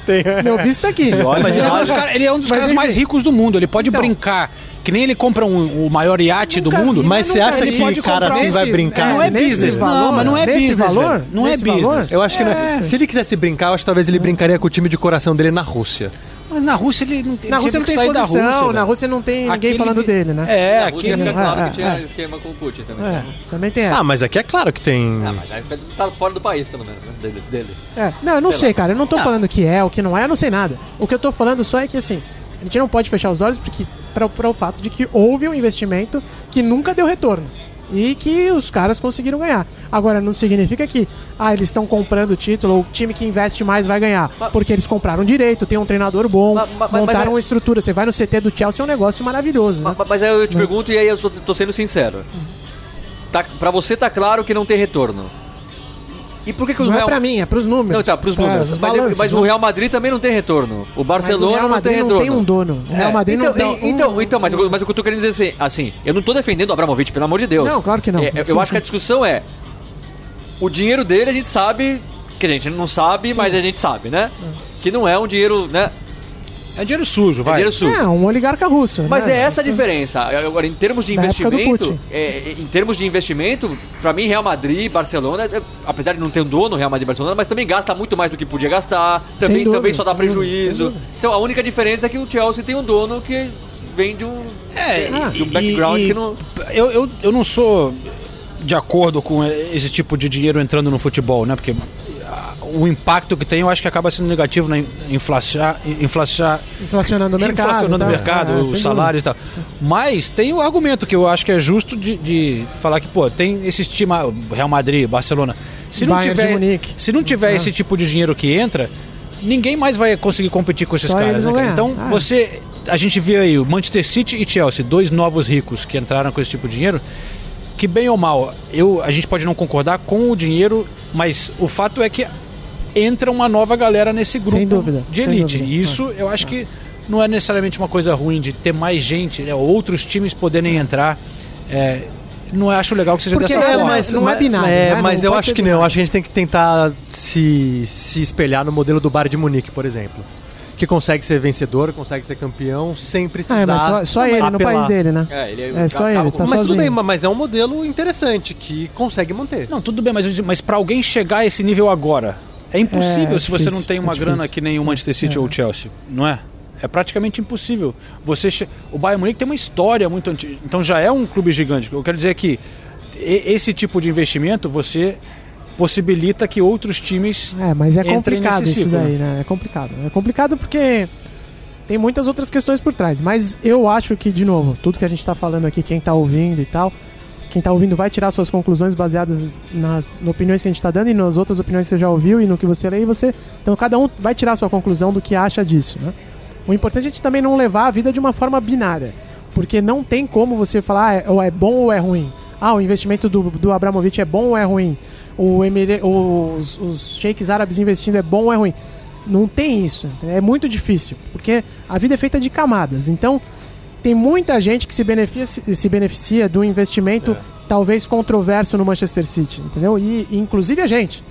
Meu visto tá aqui. Mas ele, é um dos cara- ele é um dos Mas caras ele- mais ricos do mundo. Ele pode Então. brincar. Que nem ele compra um- o maior iate do Nunca vi, mundo. Mas você nunca acha vi. que Pode cara comprar assim vai esse- brincar? Não é nesse business. Não, mas não é nesse business, valor, velho. Não é nesse business. valor? Eu acho que não é. Se ele quisesse brincar, eu acho que talvez ele brincaria com o time de coração dele na Rússia. Mas na Rússia ele não ele Na teve Rússia não que tem sair da exposição, Rússia, na velho. Rússia né? não tem ninguém Aqui falando ele- dele, né? É, Na aqui Rússia fica claro é, que tinha é. esquema com o Putin também. É, né? também tem essa. Ah, mas aqui é claro que tem. Ah, mas aí tá fora do país, pelo menos, né? Dele. dele. É, Não, eu não sei, cara. Eu não tô falando o que é, o que não é, eu não sei nada. O que eu tô falando só é que, assim, a gente não pode fechar os olhos porque, pra, pra o fato de que houve um investimento que nunca deu retorno. E que os caras conseguiram ganhar. Agora, não significa que, ah, eles estão comprando o título, ou o time que investe mais vai ganhar. Porque eles compraram direito, tem um treinador bom, Mas- mas- mas- montaram mas é- uma estrutura. Você vai no CT do Chelsea, é um negócio maravilhoso. né? Ma- ma- Mas aí eu te pergunto e aí eu tô, tô sendo sincero. Tá, pra você tá claro que não tem retorno. E por que, que o Não é Real... pra mim, é pros números. Não, tá, pros Pra- números. os mas, balanços, mas né? o Real Madrid também não tem retorno. O Mas o Barcelona Real não tem Madrid retorno. um dono. O Real Madrid então, não tem e- um- então, então, mas, eu- mas o que eu tô querendo dizer assim, assim, eu não tô defendendo o Abramovich, pelo amor de Deus. Não, claro que não. É, eu- eu Sim, acho que a sim. discussão é o dinheiro dele a gente sabe, que a gente não sabe, Sim. mas a gente sabe, né? Que não é um dinheiro, né? É dinheiro sujo, É vai. dinheiro sujo. É, um oligarca russo. Mas né? é essa a diferença. Agora, em termos de Da época do investimento, Putin. é, em termos de investimento, para mim Real Madrid, Barcelona, é, apesar de não ter um dono Real Madrid, e Barcelona, mas também gasta muito mais do que podia gastar. Também, dúvida, também só dá sem dúvida, sem prejuízo. dúvida. então a única diferença é que o Chelsea tem um dono que vem de um, É, de um background e- que não. Eu, eu, eu não sou de acordo com esse tipo de dinheiro entrando no futebol, né? Porque ah, o impacto que tem, eu acho que acaba sendo negativo na in- inflaxar, inflaxar, Inflacionando o mercado. inflacionando tá? o mercado, Ah, sem os salários e tal. Mas tem o argumento que eu acho que é justo de, de falar que, pô, tem esses times, Real Madrid, Barcelona. Se não Bayern de tiver, Munique. É. se não tiver esse tipo de dinheiro que entra, ninguém mais vai conseguir competir com esses Só caras, eles né, vão cara? ganhar. Então, Ah. você. A gente vê aí o Manchester City e Chelsea, dois novos ricos que entraram com esse tipo de dinheiro. Que bem ou mal, eu, a gente pode não concordar com o dinheiro, mas o fato é que entra uma nova galera nesse grupo Sem dúvida, de sem elite. dúvida. Ah. E isso eu acho que não é necessariamente uma coisa ruim de ter mais gente, né? Outros times poderem entrar. É, não acho legal que seja Porque dessa é, forma. mas- não é binário, É, né? mas Não eu pode acho ser que não. Eu acho que a gente tem que tentar se, se espelhar no modelo do Bar de Munique, por exemplo. Que consegue ser vencedor, consegue ser campeão, sem precisar. dúvida. Ah, mas só, só ele, no apelar. país dele, né? É, ele É, só acaba ele, com- tá Mas tudo sozinho. bem, ma- mas é um modelo interessante que consegue manter. Não, tudo bem, mas, mas para alguém chegar a esse nível agora, é impossível É se você difícil, não tem é uma difícil. grana que nem o Manchester City ou o Chelsea, não é? É praticamente impossível. Você che- O Bayern Munique tem uma história muito antiga, então já é um clube gigante. Eu quero dizer que e- esse tipo de investimento você possibilita que outros times É, mas é Entra complicado nesse isso ciclo, daí, né? É complicado. É complicado porque tem muitas outras questões por trás. Mas eu acho que, de novo, tudo que a gente tá falando aqui, quem tá ouvindo e tal, quem tá ouvindo vai tirar suas conclusões baseadas nas nas opiniões que a gente tá dando e nas outras opiniões que você já ouviu e no que você lê e você. Então cada um vai tirar sua conclusão do que acha disso, né? O importante é a gente também não levar a vida de uma forma binária. Porque não tem como você falar ah, é- ou é bom ou é ruim. Ah, o investimento do, do Abramovich é bom ou é ruim. O Emire, os, os sheiks árabes investindo é bom ou é ruim. Não tem isso. É muito difícil. Porque a vida é feita de camadas. Então, tem muita gente que se beneficia, se beneficia do investimento talvez controverso no Manchester City, entendeu? E e inclusive a gente.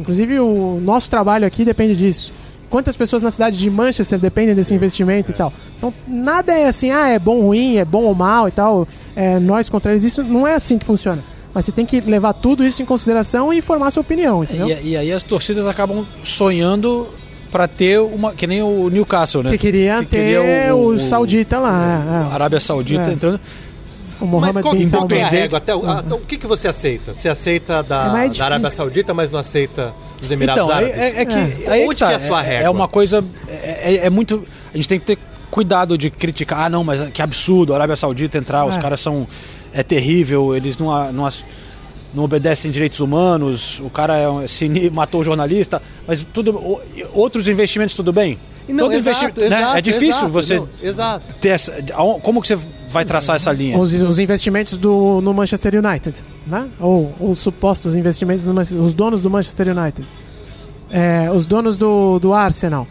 Inclusive o nosso trabalho aqui depende disso. Quantas pessoas na cidade de Manchester dependem desse É. investimento e tal. Então, nada é assim, ah, é bom, ruim, é bom ou mal e tal, é nós contra eles. Isso não é assim que funciona. Mas você tem que levar tudo isso em consideração e formar sua opinião, É, entendeu? É, E, e aí as torcidas acabam sonhando para ter uma. Que nem o Newcastle, né? Que queria Que ter queria o, o- saudita A lá, Arábia Saudita É. entrando. é, o Mohamed Bin qual Salman. que é a regra? Até o, até o que, que você aceita? Você aceita É, mas é da, difícil. da Arábia Saudita, mas não aceita dos Emirados então, Árabes? é, é- é que, É. aí Onde que, tá, que é a sua régua? uma coisa. É, é- é muito. A gente tem que ter cuidado de criticar. Ah, não, mas que absurdo, a Arábia Saudita entrar, os É. caras são. É terrível, eles não, a- não, as- não obedecem direitos humanos, o cara é um- se ni- matou o jornalista, mas tudo. o- outros investimentos, tudo bem? E não, Todo exato, investimento. né? exato, é difícil exato, você. não, exato. ter essa- de- aon- como que você vai traçar essa linha? Os, os investimentos do, no Manchester United, né? Ou os supostos investimentos, no, Manchester- os donos do Manchester United, É, os donos do, do Arsenal.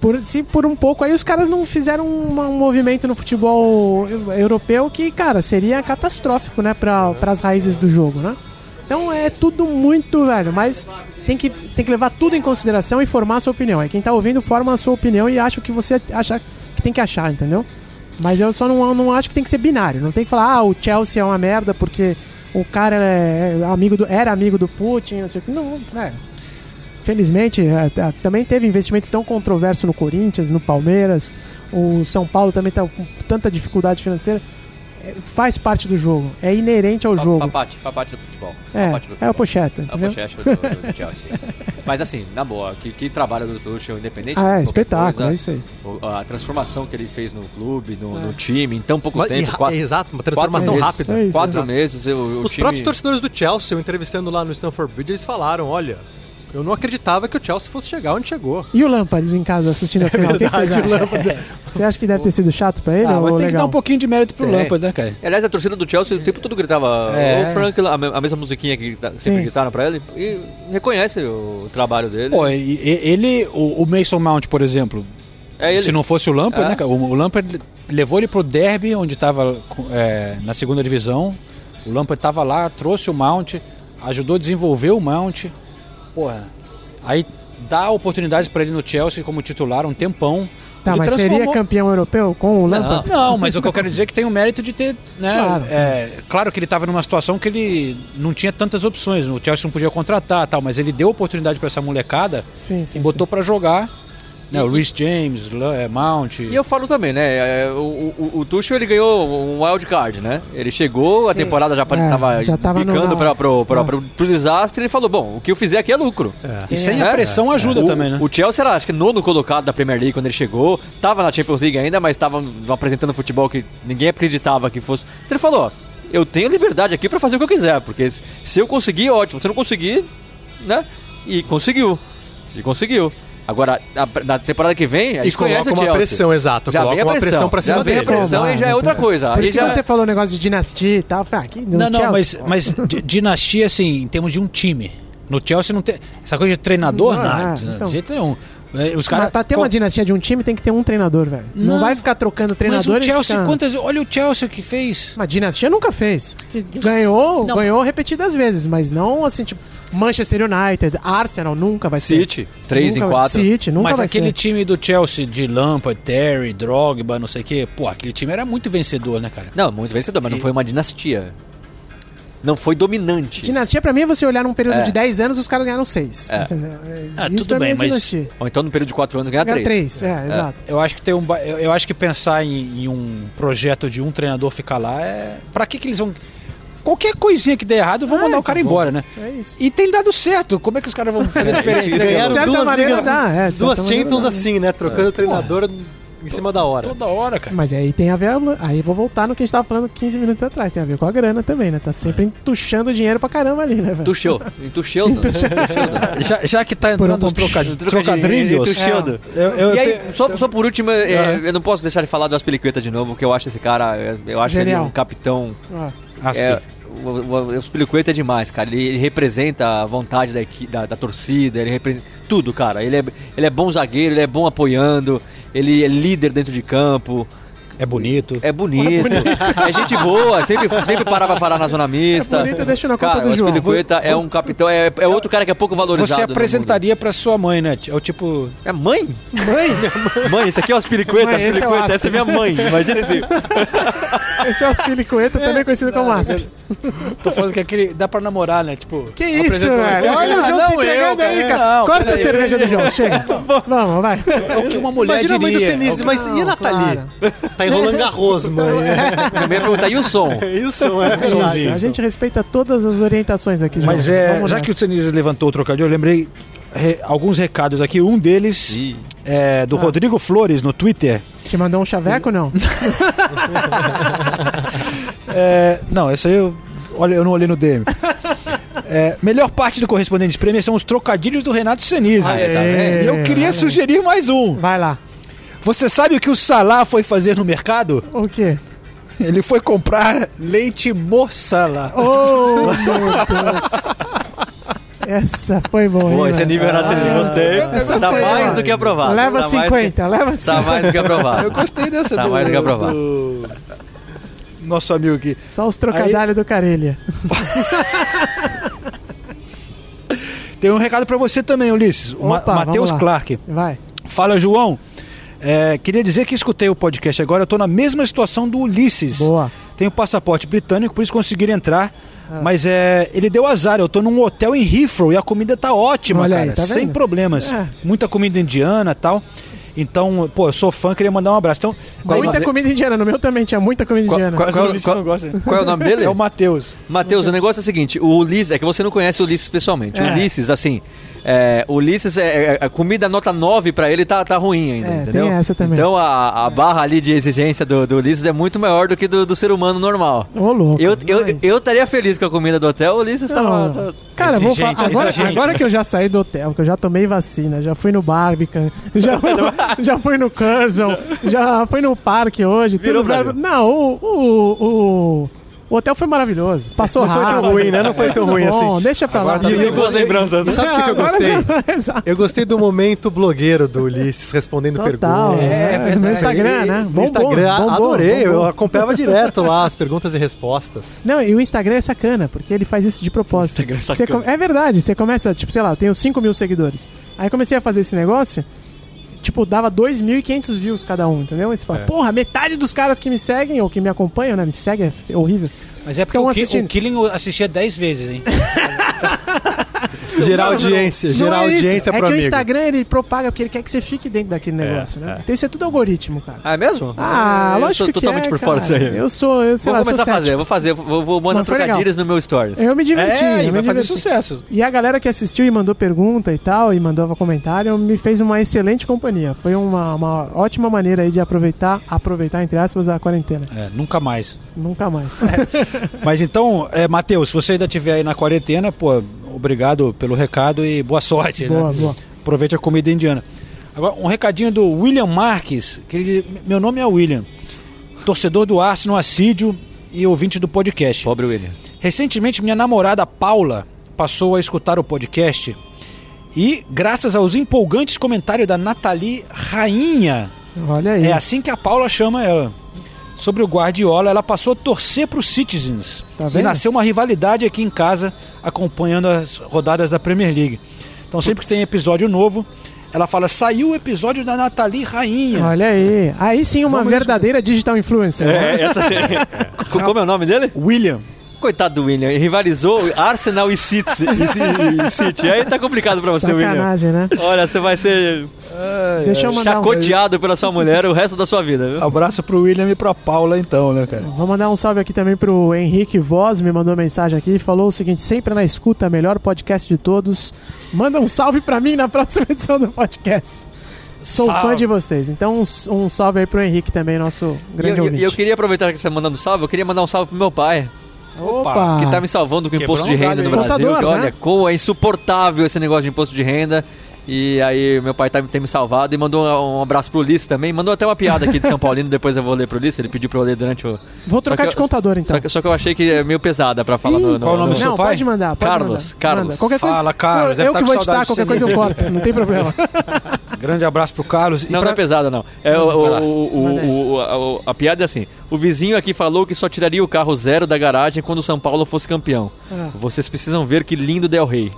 Por, se por um pouco aí os caras não fizeram uma- um movimento no futebol eu- europeu que, cara, seria catastrófico, né? Para as raízes do jogo, né? Então é tudo muito, velho, mas tem que, tem que levar tudo em consideração e formar a sua opinião. É quem tá ouvindo forma a sua opinião e acha o que você acha que tem que achar, entendeu? Mas eu só não, não acho que tem que ser binário. Não tem que falar, ah, o Chelsea é uma merda porque o cara é amigo do, era amigo do Putin, não sei o que. Não, é. Felizmente, é, tá- também teve investimento tão controverso no Corinthians, no Palmeiras. O São Paulo também tá com tanta dificuldade financeira. É, Faz parte do jogo. É inerente ao jogo. Faz parte, faz parte do futebol. Faz parte do É, é futebol. o pocheta, É o entendeu? Pochecha do, do Chelsea. Mas assim, na boa, que, que trabalho do Tuchel, independente Ah, é, de qualquer espetáculo, coisa, é isso aí. o- A transformação que ele fez no clube, no, no time, em tão pouco Mas- e tempo. ra- Quatro, exato, uma quatro transformação meses, rápida. É isso, quatro exato. meses, o, o Os time... próprios torcedores do Chelsea, eu entrevistando lá no Stanford Bridge, eles falaram: olha, eu não acreditava que o Chelsea fosse chegar onde chegou. E o Lampard em casa assistindo É a final? O que que vocês acham? Você acha que deve ter sido chato pra ele? Ah, mas tem ou que dar legal? um pouquinho de mérito pro Tem. Lampard, né, cara? É. Aliás, a torcida do Chelsea o tempo todo gritava É. o Frank, a, me- a mesma musiquinha que grita- sempre Sim. gritaram pra ele, e reconhece o trabalho dele. Pô, e- e- ele, o, o Mason Mount, por exemplo, é ele. se não fosse o Lampard, É. né, cara? O, o Lampard levou ele pro derby, onde estava na segunda divisão. O Lampard estava lá, trouxe o Mount, ajudou a desenvolver o Mount. Porra, aí dá oportunidades pra ele no Chelsea como titular um tempão. Tá, Ele mas seria transformou- campeão europeu com o Lampard? Não, mas o que eu quero dizer é que tem o mérito de ter, né? Claro. Claro, claro que ele estava numa situação que ele não tinha tantas opções. O Chelsea não podia contratar, tal, mas ele deu oportunidade pra essa molecada Sim, sim. e botou pra jogar. Né, o Rhys James, Lan- eh, Mount. E eu falo também, né? é, O, o, o Tuchel, ele ganhou um wild card, né? Ele chegou, a Sim. temporada já, É, estava já tava no- picando para pro, pra- Ah. pro- pro desastre. Ele falou: bom, o que eu fizer aqui é lucro. E sem É, a pressão ajuda O- também, né? O Chelsea era, acho que, nono colocado da Premier League quando ele chegou. Tava na Champions League ainda, mas tava apresentando futebol que ninguém acreditava que fosse. Então ele falou: ó, eu tenho liberdade aqui pra fazer o que eu quiser, porque se se eu conseguir, ótimo. Se eu não conseguir, né? E conseguiu. E conseguiu. Agora, na, na temporada que vem, a gente E coloca conhece o uma Chelsea. pressão, exato. Já coloca vem a uma pressão, pressão pra já cima vem a dele. pressão. Como, aí já é ah, outra tá. coisa. Por Aí isso que já- quando você falou o negócio de dinastia e tal, eu falei, ah, que no Não, não, Chelsea? mas, mas di- dinastia, assim, em termos de um time. No Chelsea não tem. Essa coisa de treinador, Não, nada. é, então. De jeito nenhum. Eh, Os Mas caras. pra ter uma dinastia de um time tem que ter um treinador, velho. Não, Não. vai ficar trocando Mas treinador o e Chelsea, ficar- quantas. Olha o Chelsea que fez. Mas dinastia nunca fez. Que Ganhou, Não. ganhou repetidas vezes, mas não assim, tipo, Manchester United, Arsenal nunca vai City, ser. 3 Nunca em vai- 4. City, nunca Mas vai aquele ser. time do Chelsea de Lampard, Terry, Drogba, não sei o quê, pô, aquele time era muito vencedor, né, cara? Não, muito vencedor, mas não foi uma dinastia. Não foi dominante. Dinastia pra mim é você olhar num período É. de 10 anos os caras ganharam 6. É. Ah, tudo é bem, mas- Ou então, no período de quatro anos, ganhar Ganhar três. 3, é, exato. Eu acho que tem um, ba- eu, eu acho que pensar em, em um projeto de um treinador ficar lá é, Pra que que eles vão Qualquer coisinha que der errado, vão Ah, mandar o tá cara bom. embora, né? É isso. E tem dado certo. Como é que os caras vão fazer diferente? né, cara? De certa Ganharam duas, maneira ligas, dá, é, de duas certa maneira Champions dá. assim, né? Trocando o treinador em cima da hora. Toda hora, cara. Mas aí tem a ver. Aí vou voltar no que a gente tava falando 15 minutos atrás. Tem a ver com a grana também, né? Tá sempre entuchando dinheiro pra caramba ali, né, velho? Tuchel. Em Tuchel. né? Já, já que tá Por um entrando os troca, Trocadilho. trocadilhos. Entuchando. É. Eu, eu e aí, te- só, só por último, é, é, eu não posso deixar de falar do Aspilicueta de novo, que eu acho esse cara, é, eu acho Genial. ele um capitão. tá Ó, Aspe. É, o, o, o Aspilicueta é demais, cara. Ele, ele representa a vontade da, equi- da, da torcida, ele representa tudo, cara. Ele é, ele é bom zagueiro, ele é bom apoiando, ele é líder dentro de campo. É bonito. É bonito. É, gente boa, sempre, sempre parar pra falar na zona mista. É bonito, eu deixo na conta cara, do o João. Aspilicueta é um capitão, é, é outro cara que é pouco valorizado. Você no mundo. apresentaria pra sua mãe, né? É o tipo. É mãe? Mãe? mãe, isso aqui é o Aspiricueta, Mãe, esse é o Aspiricueta, Asp. essa é minha mãe, imagina assim. Esse é o Aspilicueta, também conhecido como Asp. Tô falando que é aquele. Dá pra namorar, né? Tipo. Que isso, apresentou- velho? Olha o Ah, João Não, se entregando eu, aí, cara. cara. Não, Corta a peraí. cerveja do João, chega. Vamos, vai. É o que uma mulher Imagina a mãe do diria. Senise, mas Não, e a Nathalie? Tá enrolando Garros, mãe. Então, Primeiro perguntar, e o som? É isso, é. A gente respeita todas as orientações aqui, João. Mas é, Vamos já nessa. que o Senise levantou o trocadilho, eu lembrei re- alguns recados aqui. Um deles Ih. é do Rodrigo Flores no Twitter. Te mandou um chaveco, não? É, não, essa aí eu, olha, eu não olhei no DM. É, melhor parte do Correspondente Prêmio são os trocadilhos do Renato Senise. Ah, é, tá É. vendo? E eu queria sugerir mais um. Vai lá. Você sabe o que o Salah foi fazer no mercado? O quê? Ele foi comprar leite moçala. Oh, meu Deus. Essa foi boa, hein, Pô, esse é velho? nível Renato Senise, gostei. Essa Tá foi mais boa. do que aprovado. tá Leva mais do que- 50, leva 50. Tá mais do que aprovado. Eu gostei dessa Tá do, mais do que aprovado. do nosso amigo aqui. Só os trocadilhos do Carelha. Tem um recado para você também, Ulisses. O Ma- Opa, vamos Matheus lá. Clark. Vai. Fala, João. É, queria dizer que escutei o podcast agora, eu tô na mesma situação do Ulisses. Boa. Tenho passaporte britânico, por isso conseguir entrar. Mas é, ele deu azar, eu tô num hotel em Heathrow e a comida tá ótima, Olha aí, cara. tá vendo? sem problemas. É. Muita comida indiana e tal. Então, pô, eu sou fã, queria mandar um abraço. Então, Qual- muita comida indiana. No meu também tinha muita comida Qual- indiana. qual- mas o Ulisses não gosta. Qual é o nome dele? É o Matheus. Matheus, o negócio é o seguinte: o Ulisses, é que você não conhece o Ulisses pessoalmente. É. O Ulisses, assim, é, o Ulisses, é, é- a comida nota 9 pra ele tá, tá ruim ainda, É, tem entendeu? essa também. Então a, a barra ali de exigência do, do Ulisses é muito maior do que do, do ser humano normal. Ô, louco. Eu eu- mas- eu estaria feliz com a comida do hotel, o Ulisses tá Não. tava. tava- Cara, eu vou Exigente, falar. é Agora, exigente, agora né? que eu já saí do hotel, que eu já tomei vacina, já fui no Barbican, já, já fui no Curzon, já fui no parque hoje. Virou tudo pra- Brasil. Não, o, o, o- o hotel foi maravilhoso. Passou Não foi tão rápido. ruim, né? Não foi tão tudo ruim bom, assim. Deixa pra lá. Agora tá também. bem. boas lembranças, né? Sabe o que que eu Agora gostei? já- Exato. Eu gostei do momento blogueiro do Ulisses respondendo Total. perguntas. É, É, verdade. no Instagram, né? No Bombou, Instagram, bombou, adorei. bombou. Eu acompanhava direto lá as perguntas e respostas. Não, e o Instagram é sacana, porque ele faz isso de propósito. Instagram é Você sacana. com- É verdade, você começa, tipo, sei lá, eu tenho 5 mil seguidores. Aí comecei a fazer esse negócio, tipo, dava 2.500 views cada um, entendeu? Aí você É. fala, porra, metade dos caras que me seguem ou que me acompanham, né? Me seguem, é horrível. Mas é porque Tão o, Ki- assistindo. o Killing assistia 10 vezes, hein? Gerar Não, não, audiência, não gerar é isso. audiência É pro que o amigo. Instagram, ele propaga porque ele quer que você fique dentro daquele negócio, né? Então isso é tudo algoritmo, cara. Ah, é mesmo? Ah, eu lógico tô que totalmente é, por fora cara. disso aí. Eu sou, eu sei vou lá, começar a sou fazer, cético. vou fazer, vou, vou mandar Mas foi trocadilhos no meu stories. Eu me diverti, é, e eu me vai fazer diverti. sucesso. E a galera que assistiu e mandou pergunta e tal, e mandava comentário, me fez uma excelente companhia. Foi uma, uma ótima maneira aí de aproveitar, aproveitar, entre aspas, a quarentena. É, nunca mais. Nunca mais. Mas então, é, Matheus, se você ainda estiver aí na quarentena, pô, obrigado pelo recado e boa sorte. Boa, né? boa. Aproveite a comida indiana. Agora, um recadinho do William Marques, que ele, meu nome é William, torcedor do Arsenal Assídio e ouvinte do podcast. Pobre William. Recentemente, minha namorada Paula passou a escutar o podcast e, graças aos empolgantes comentários da Nathalie Rainha, Olha aí. é assim que a Paula chama ela. Sobre o Guardiola, ela passou a torcer para os Citizens. Tá e vendo? nasceu uma rivalidade aqui em casa, acompanhando as rodadas da Premier League. Então, sempre que tem episódio novo, ela fala: saiu o episódio da Nathalie Rainha. Olha aí. Aí sim, uma verdadeira digital influencer. né? É, essa seria. Co- Como é o nome dele? William. Coitado do William, rivalizou Arsenal e City. e Ci- e City. Aí tá complicado pra você, William. é. Sacanagem, né? Olha, você vai ser Deixa eu mandar um... chacoteado pela sua mulher o resto da sua vida, viu? Abraço pro William e pra Paula, então, né, cara? Vou mandar um salve aqui também pro Henrique Voz, me mandou mensagem aqui, falou o seguinte, sempre na escuta, melhor podcast de todos. Manda um salve pra mim na próxima edição do podcast. Sou Salve. fã de vocês. Então um, um salve aí pro Henrique também, nosso E eu, grande e eu- ouvinte. e eu queria aproveitar que você tá mandando salve, eu queria mandar um salve pro meu pai, Opa! que tá me salvando com o Quebrou imposto um de renda galho no aí. Brasil. Ah. Contador, que, olha, né? como é insuportável esse negócio de imposto de renda. E aí meu pai tá, tem me salvado e mandou um, um abraço pro Ulisses também. Mandou até uma piada aqui de São Paulino, depois eu vou ler pro Ulisses, ele pediu pra eu ler durante o... Vou Só trocar que de eu- contador então. Só que, só que eu achei que é meio pesada pra falar Ih, no, no- qual o nome no- do seu Não, pai? pode mandar, pode Carlos, mandar. Carlos. Manda. Qualquer coisa, Fala, Carlos, Eu, deve eu tá que com vou saudade editar, de qualquer você. coisa eu corto, não tem problema. Grande abraço pro Carlos. E Não, pra- não é pesada, não. É, o, Vai lá. o- o- Manda aí. o- a, o- a piada é assim: o vizinho aqui falou que só tiraria o carro zero da garagem quando o São Paulo fosse campeão. Ah. Vocês precisam ver que lindo Del Rey.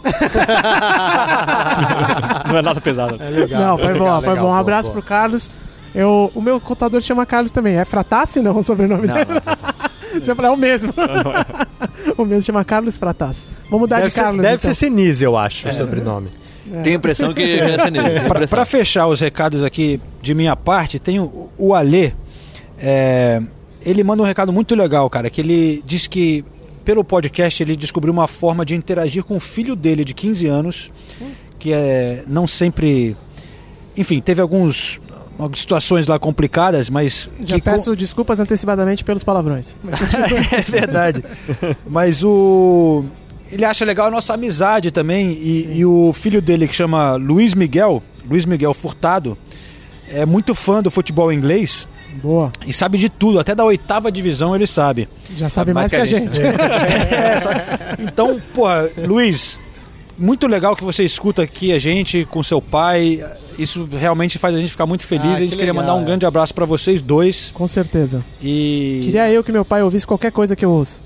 não é nada pesado. não, foi bom, foi bom. Um abraço pro Carlos. Eu, o meu contador chama Carlos também. É Fratassi, não, o sobrenome Não, dele? não é Você é o mesmo. o mesmo chama Carlos Fratassi. Vamos mudar Deve, de ser, Carlos. deve então. ser Senise, eu acho, o sobrenome. Tenho a impressão que é essa nele. Tenho a Pra- impressão. Pra fechar os recados aqui de minha parte, tem o, o Alê. é, ele manda um recado muito legal, cara, que ele diz que pelo podcast ele descobriu uma forma de interagir com o filho dele de 15 anos, que é não sempre, enfim, teve alguns algumas situações lá complicadas, mas Já que com- peço desculpas antecipadamente pelos palavrões. é verdade. Mas o. Ele acha legal a nossa amizade também. E, e o filho dele, que chama Luiz Miguel, Luiz Miguel Furtado, é muito fã do futebol inglês Boa. e sabe de tudo, até da oitava divisão ele sabe. Já sabe mais, que a gente. É, sabe? Então, porra, Luiz, muito legal que você escuta aqui a gente com seu pai. Isso realmente faz a gente ficar muito feliz. Ah, a gente que queria legal, mandar um é. grande abraço pra vocês dois. Com certeza. E. Queria eu que meu pai ouvisse qualquer coisa que eu ouço.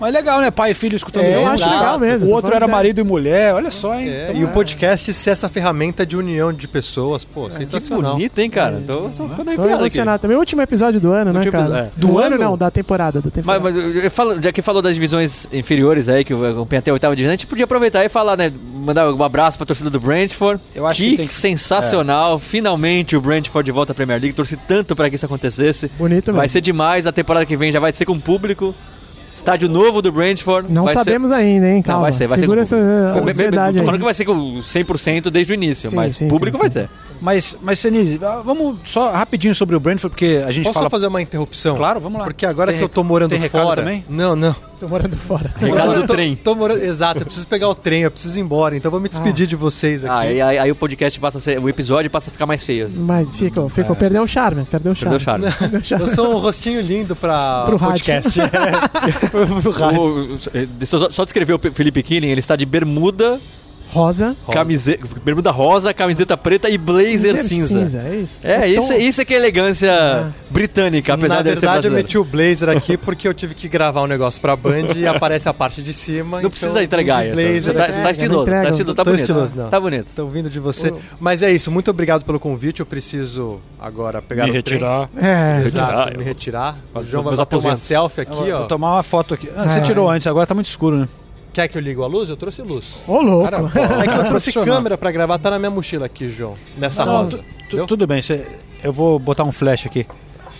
Mas legal, né? Pai e filho escutando junto. eu É, acho exato. legal mesmo. O tô outro falando era sério. marido e mulher, olha só, hein? É, Então, e o podcast ser essa ferramenta de união de pessoas, É, pô, Que sensacional. bonito, hein, cara? é Tô, tô ficando Tô arrepiado aqui. emocionado também. O último episódio do ano, né, Último cara? episódio, é. Do, ano, não, da temporada. Da temporada. Mas, mas eu- eu falo- já que falou das divisões inferiores aí, que eu acompanhei até a oitava divisão, a gente podia aproveitar e falar, né? Mandar um abraço pra torcida do Brentford. Eu acho que É. tem que- sensacional. Finalmente o Brentford de volta à Premier League. Torci tanto pra que isso acontecesse. Bonito mesmo. Vai ser demais. A temporada que vem já vai ser com público. Estádio novo do Brentford. Não vai ser- sabemos ainda, hein? Calma. vai ser- vai ser Segura com- essa Eu me- me- ansiedade Tô falando aí. que vai ser com 100% desde o início, Sim, mas sim, público sim, vai sim. ter. Mas, mas Senise, ah, vamos só rapidinho sobre o Brentford, porque a gente Posso fala. só fazer uma interrupção? Claro, vamos lá. Porque agora Tem que eu tô re- morando tem recado fora. também? Não, não. Tô morando fora. Recado do Eu tô- trem. tô morando- Exato, eu preciso pegar o trem, eu preciso ir embora, então eu vou me despedir de vocês Ah, aqui. aí, aí- aí o podcast passa a ser. O episódio passa a ficar mais feio. Mas ficou, ficou. Perdeu o charme, perdeu o charme. É. Perdeu o charme. Perdeu o charme. Eu sou um rostinho lindo pra Pro rádio. podcast. Pro rádio. O- o- eh, deixa eu só, só descrever o Pe- Felipe Killing, ele está de bermuda, Rosa. camiseta, bermuda rosa, camiseta preta e blazer Blazer cinza. É isso. É, Então, isso, isso é que é elegância Ah. britânica, apesar Na de ele ser verdade, eu brasileiro. meti o blazer aqui porque eu tive que gravar um negócio pra Band e aparece a parte de cima. então Não precisa entregar isso. Você Blazer tá, você não tá entrega, não estiloso, tá entrega. estiloso, tá é, Tô bonito. estiloso, não. Tá bonito. Estão vindo de você. Mas é isso, muito obrigado pelo convite. Eu preciso agora pegar Me o trem. retirar. É, Exato, Retirar, me eu- retirar. O Mas João vai meus bater uma aposentos. selfie aqui, Vou ó. tomar uma foto aqui. Ah, você Ai, tirou antes, agora tá muito escuro, né? Quer que eu ligue a luz? Eu trouxe luz. ô louco. É que eu trouxe profissional. câmera pra gravar, tá na minha mochila aqui, João. Nessa Não, rosa. tu- Deu? tudo bem, cê- eu vou botar um flash aqui.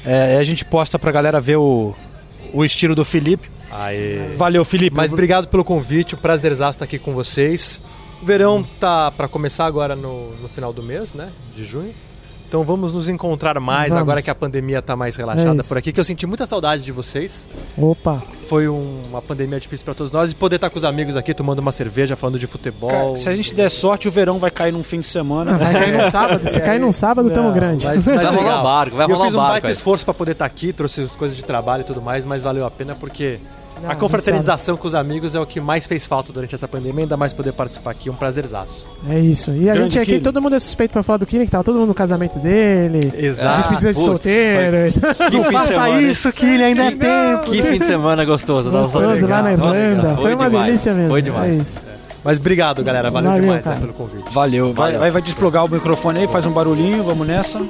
É, a gente posta pra galera ver o, o estilo do Felipe. Aê. Valeu, Felipe. Mas obrigado pelo convite, o prazerzaço estar aqui com vocês. O verão tá pra começar agora no, no final do mês, né? De junho. Então vamos nos encontrar mais Vamos. agora que a pandemia tá mais É relaxada isso. por aqui, que eu senti muita saudade de vocês. Opa. Foi um- uma pandemia difícil pra todos nós e poder estar com os amigos aqui tomando uma cerveja, falando de futebol. Cara, se a gente der sorte, o verão vai cair num fim de semana. né? Vai cair num sábado. É. Se cair num sábado, tamo grande. Mas, mas rolar legal. um barco, vai E eu rolar fiz um um barco baita aí. esforço pra poder estar aqui, trouxe as coisas de trabalho e tudo mais, mas valeu a pena porque Não, a confraternização com os amigos é o que mais fez falta durante essa pandemia, ainda mais poder participar aqui, um prazerzaço. É isso. E a Grande gente aqui, Killing. todo mundo é suspeito pra falar do Killing, que tava todo mundo no casamento dele. Exato. Despedida de Ah, putz, solteiro. então, Que fim de semana, hein? que ele ainda é tempo. Que fim de semana gostoso. Nossa, Gostoso lá na legal. Nossa, Irlanda. foi Foi uma demais, delícia mesmo. Foi demais. É isso. Mas obrigado, galera. Valeu, Valeu, demais cara. né, pelo convite. Valeu, vai, vai, vai desplugar o microfone aí, faz um barulhinho, vamos nessa.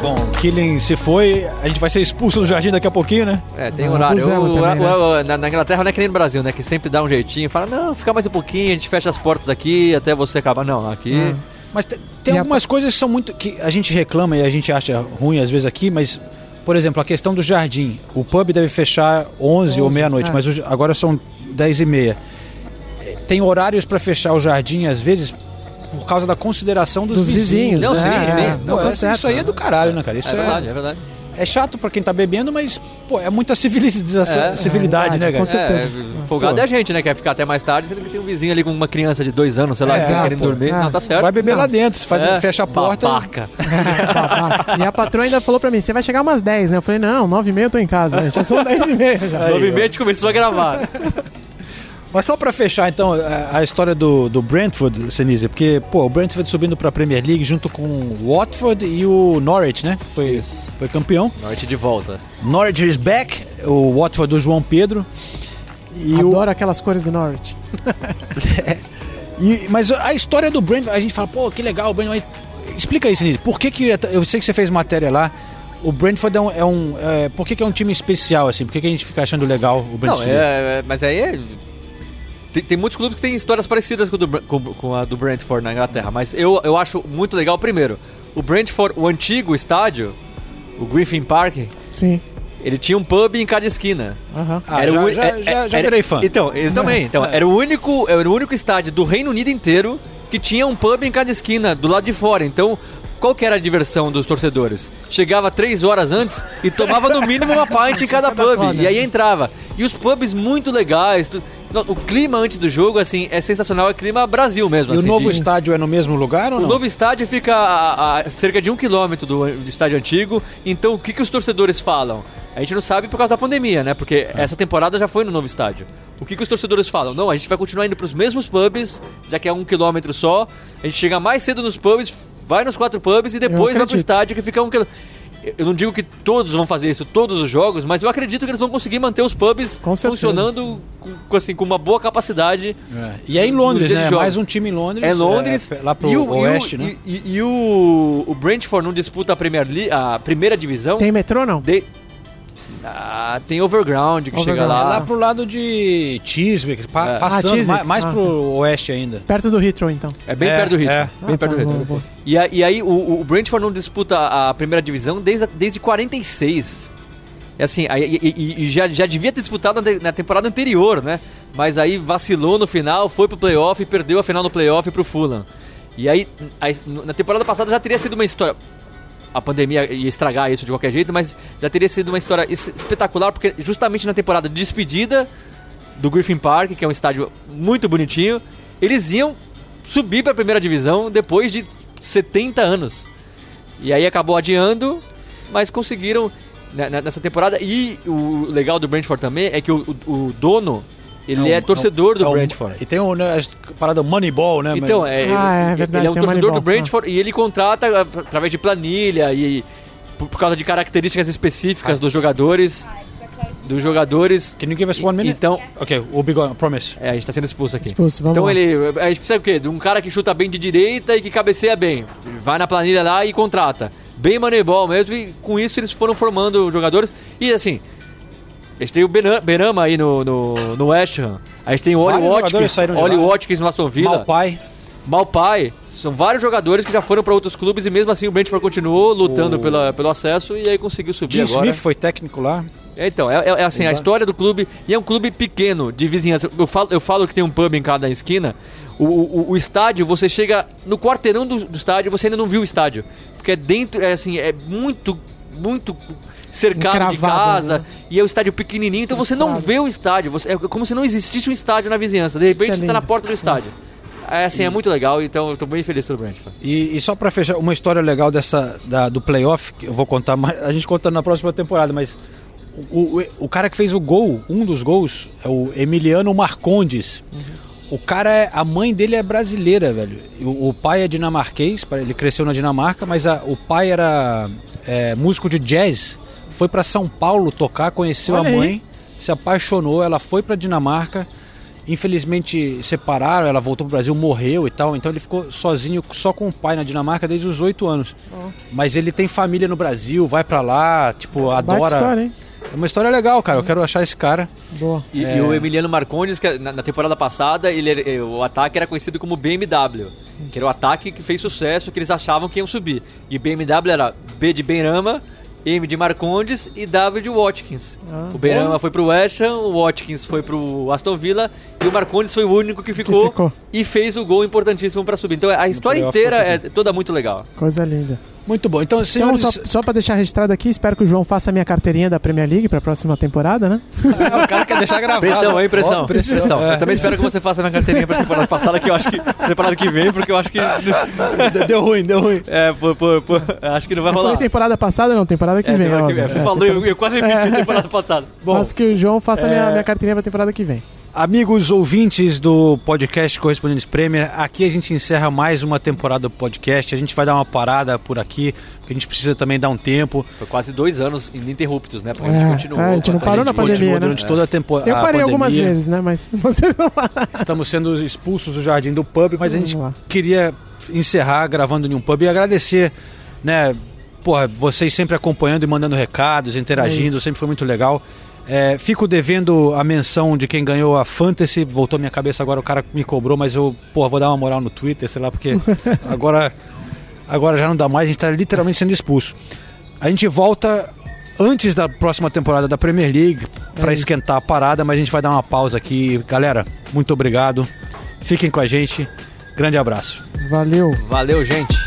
Bom, Killing se foi, a gente vai ser expulso do jardim daqui a pouquinho, né? É, tem Não, horário. abusamos O- também, o- o- na, na Inglaterra não é que nem no Brasil, né? Que sempre dá um jeitinho, fala, não, fica mais um pouquinho, a gente fecha as portas aqui até você acabar. Não, aqui. é Mas te- tem E a- algumas coisas que são muito. que a gente reclama e a gente acha ruim às vezes aqui, mas, por exemplo, a questão do jardim. O pub deve fechar 11 ou 11, meia-noite, é. mas o- agora são 10 e meia. Eh, Tem horários para fechar o jardim, às vezes, por causa da consideração dos, Dos vizinhos, Não, é, sim, sim. é. Pô, Não, tá isso, certo, isso aí é do caralho, né, cara? Isso É verdade, é verdade. é chato pra quem tá bebendo, mas, pô, é muita civilização, É, civilidade, é né, verdade, cara? com certeza. É, folgado Pô. é a gente, né? Quer ficar até mais tarde, sendo que tem um vizinho ali com uma criança de dois anos, sei lá, É, que exato. querendo dormir. É. Não, tá certo. Vai beber lá Não. dentro, faz, É, fecha a porta. Babaca. Babá. e a patroa ainda falou pra mim: você vai chegar umas 10, né? Eu falei: não, 9 e meia eu tô em casa. né? Já são 10 e meia. Já. Nove e meia a gente começou a gravar. Mas só pra fechar, então, a, a história do, do Brentford, Senise, porque, pô, o Brentford subindo pra Premier League junto com o Watford e o Norwich, né? Foi, Isso. foi campeão. Norte de volta. Norwich is back, o Watford do João Pedro. E o, Adoro aquelas cores do Norwich. e- mas a história do Brentford, a gente fala, pô, que legal o Brentford. Mas explica aí, Senise, por que que, eu sei que você fez matéria lá, o Brentford é um, é um, é, por que que é um time especial, assim? Por que que a gente fica achando legal o Brentford? Não, subir? é, é- mas aí é. Tem, tem muitos clubes que têm histórias parecidas com, o do Br- com- com a do Brentford na Inglaterra, mas eu, eu acho muito legal, primeiro, o Brentford, o antigo estádio, o Griffin Park, Sim. ele tinha um pub em cada esquina. Aham. Ah, o já, uni- já, é- já- é- já era- virei fã. Então, eu também. Então, era, o único, era o único estádio do Reino Unido inteiro que tinha um pub em cada esquina, do lado de fora. Então, qual que era a diversão dos torcedores? Chegava três horas antes e tomava no mínimo uma pint em cada pub. E aí entrava. E os pubs muito legais. tu- no- O clima antes do jogo, assim, é sensacional. É clima Brasil mesmo. E o assim, novo de- estádio é no mesmo lugar ou o não? novo estádio fica a, a cerca de um quilômetro do, do estádio antigo. Então, o É. que, que os torcedores falam? A gente não sabe por causa da pandemia, né? Porque essa temporada já foi no novo estádio. O que, que os torcedores falam? Não, a gente vai continuar indo para os mesmos pubs, já que é um quilômetro só. A gente chega mais cedo nos pubs, vai nos quatro pubs e depois vai para o acredito. estádio que fica um quilômetro. Eu não digo que todos vão fazer isso, todos os jogos, mas eu acredito que eles vão conseguir manter os pubs Com certeza. funcionando com- com, assim, com uma boa capacidade. É. E é em Londres, dia de né? jogos. Mais um time em Londres. É Londres. é, lá pro e o, oeste, e o, né? E, e- e o, o Brentford não disputa a, Premier League, a primeira divisão. Tem metrô, não? De- Ah, tem Overground que chega Overground. É lá lá. pro lado de Chiswick, pa- Ah. É. passando Ah, Chiswick. mais, mais Ah. pro oeste ainda. Perto do Heathrow, então. É bem É, perto do ritmo. é. Bem Ah, perto tá, do ritmo. boa, boa. E, a- e aí, o- o, o Brentford não disputa a primeira divisão desde, a- desde 46. É assim, aí- e, e- e já, já devia ter disputado na, na temporada anterior, né? Mas aí vacilou no final, foi pro playoff e perdeu a final no playoff pro Fulham. E aí, aí, na temporada passada já teria sido uma história. A pandemia ia estragar isso de qualquer jeito, mas já teria sido uma história es- espetacular, porque justamente na temporada de despedida do Griffin Park, que é um estádio muito bonitinho, eles iam subir para a primeira divisão depois de 70 anos. E aí acabou adiando, mas conseguiram né, né, nessa temporada. E o legal do Brentford também é que o, o- o dono, ele é, um- torcedor do é um- Brentford. E tem o né, a parada Moneyball, né? Então, mas- é, Ah, é ele- verdade, ele é um tem torcedor tá. Moneyball, do Brentford e ele contrata ah, p- através de planilha e por, por causa de características específicas dos jogadores, dos jogadores. Can you give us one minute? Então, Ok, o Bigode, promise. é, a gente tá sendo expulso aqui. Expulso, Tipo, vamos então lá. ele, a gente precisa o quê? De um cara que chuta bem de direita e que cabeceia bem. Vai na planilha lá e contrata. Bem Moneyball mesmo e com isso eles foram formando jogadores e assim, a gente tem o Bena- Berama aí no, no, no West Ham. A gente tem o Oli Vários jogadores Watkins, saíram de Oli lá. Watkins no Aston Villa. Mal pai. Malpai, são vários jogadores que já foram para outros clubes e mesmo assim o Brentford continuou lutando O- pela, pelo acesso e aí conseguiu subir Jim agora. Smith foi técnico lá. É, então, é, é- é assim, a história do clube, e é um clube pequeno, de vizinhança. Eu falo, eu falo que tem um pub em cada esquina. O, o- o estádio, você chega no quarteirão do, do estádio, você ainda não viu o estádio. Porque é dentro, é assim, é muito, muito cercado de Encravado, casa. né? E é o estádio pequenininho, então você não Encravado. vê o estádio. Você, é como se não existisse um estádio na vizinhança. De repente, Isso é você tá na lindo. porta do estádio. É assim, é muito legal, então eu tô bem feliz pelo Brentford. E, e só pra fechar, uma história legal dessa da- do playoff, que eu vou contar, mais- a gente conta na próxima temporada, mas o, o, o cara que fez o gol, um dos gols, é o Emiliano Marcondes. O cara, é- a mãe dele é brasileira, velho. E O, o pai é dinamarquês, pra- ele cresceu na Dinamarca, mas a- o pai era é, músico de jazz, foi pra São Paulo tocar, conheceu Olha a aí. mãe, se apaixonou, ela foi pra Dinamarca, infelizmente separaram, ela voltou pro Brasil, morreu e tal, então ele ficou sozinho só com o pai na Dinamarca desde os oito anos. Mas ele tem família no Brasil, vai pra lá, tipo, Baita adora. história, hein? É uma história legal, cara, eu quero achar esse cara. Boa. E, e o Emiliano Marcondes, que é, na, na temporada passada, ele, era- eh, o ataque era conhecido como BMW. Que era o ataque que fez sucesso, que eles achavam que iam subir. E BMW era B de Benrama, M de Marcondes e W de Watkins. Ah. o Benrama foi pro West Ham, o Watkins foi pro Aston Villa e o Marcondes foi o único que ficou, ficou. e fez o gol importantíssimo pra subir. Então a história playoff, inteira com é toda muito legal. Coisa linda. Muito bom. Então, Então, senhores, só, só pra deixar registrado aqui, espero que o João faça a minha carteirinha da Premier League pra próxima temporada, né? Tá o cara quer deixar gravado. Pressão, hein? Pressão. Ó, pressão. Eu também espero que você faça a minha carteirinha pra temporada passada, que eu acho que. Temporada que vem, porque eu acho que. Deu- Deu ruim, deu ruim. É, pô, pô, pô, acho que não vai Não rolar. foi temporada passada, não, temporada que É, vem. temporada que óbvio. vem. Você É, falou, eu, eu quase repeti a temporada passada. Bom, Faço que o João faça a minha, é- minha carteirinha pra temporada que vem. Amigos ouvintes do podcast Correspondentes Premier, aqui a gente encerra mais uma temporada do podcast. A gente vai dar uma parada por aqui, porque a gente precisa também dar um tempo. Foi quase dois anos ininterruptos, né? Porque a É, gente continuou. é, a gente não né? parou na a gente continua pandemia, né? durante toda a temporada. Ah, Eu parei algumas vezes, né? Mas vocês não pararam. Estamos sendo expulsos do jardim do pub, mas a gente Vamos lá. queria encerrar gravando em um pub e agradecer, né? Porra, vocês sempre acompanhando e mandando recados, interagindo, isso. sempre foi muito legal. É, fico devendo a menção de quem ganhou a Fantasy, voltou à minha cabeça agora, o cara me cobrou, mas eu, porra, vou dar uma moral no Twitter, sei lá, porque agora, agora já não dá mais, a gente tá literalmente sendo expulso. A gente volta antes da próxima temporada da Premier League pra isso. esquentar a parada, mas a gente vai dar uma pausa aqui. Galera, muito obrigado. Fiquem com a gente. Grande abraço. Valeu. Valeu, gente.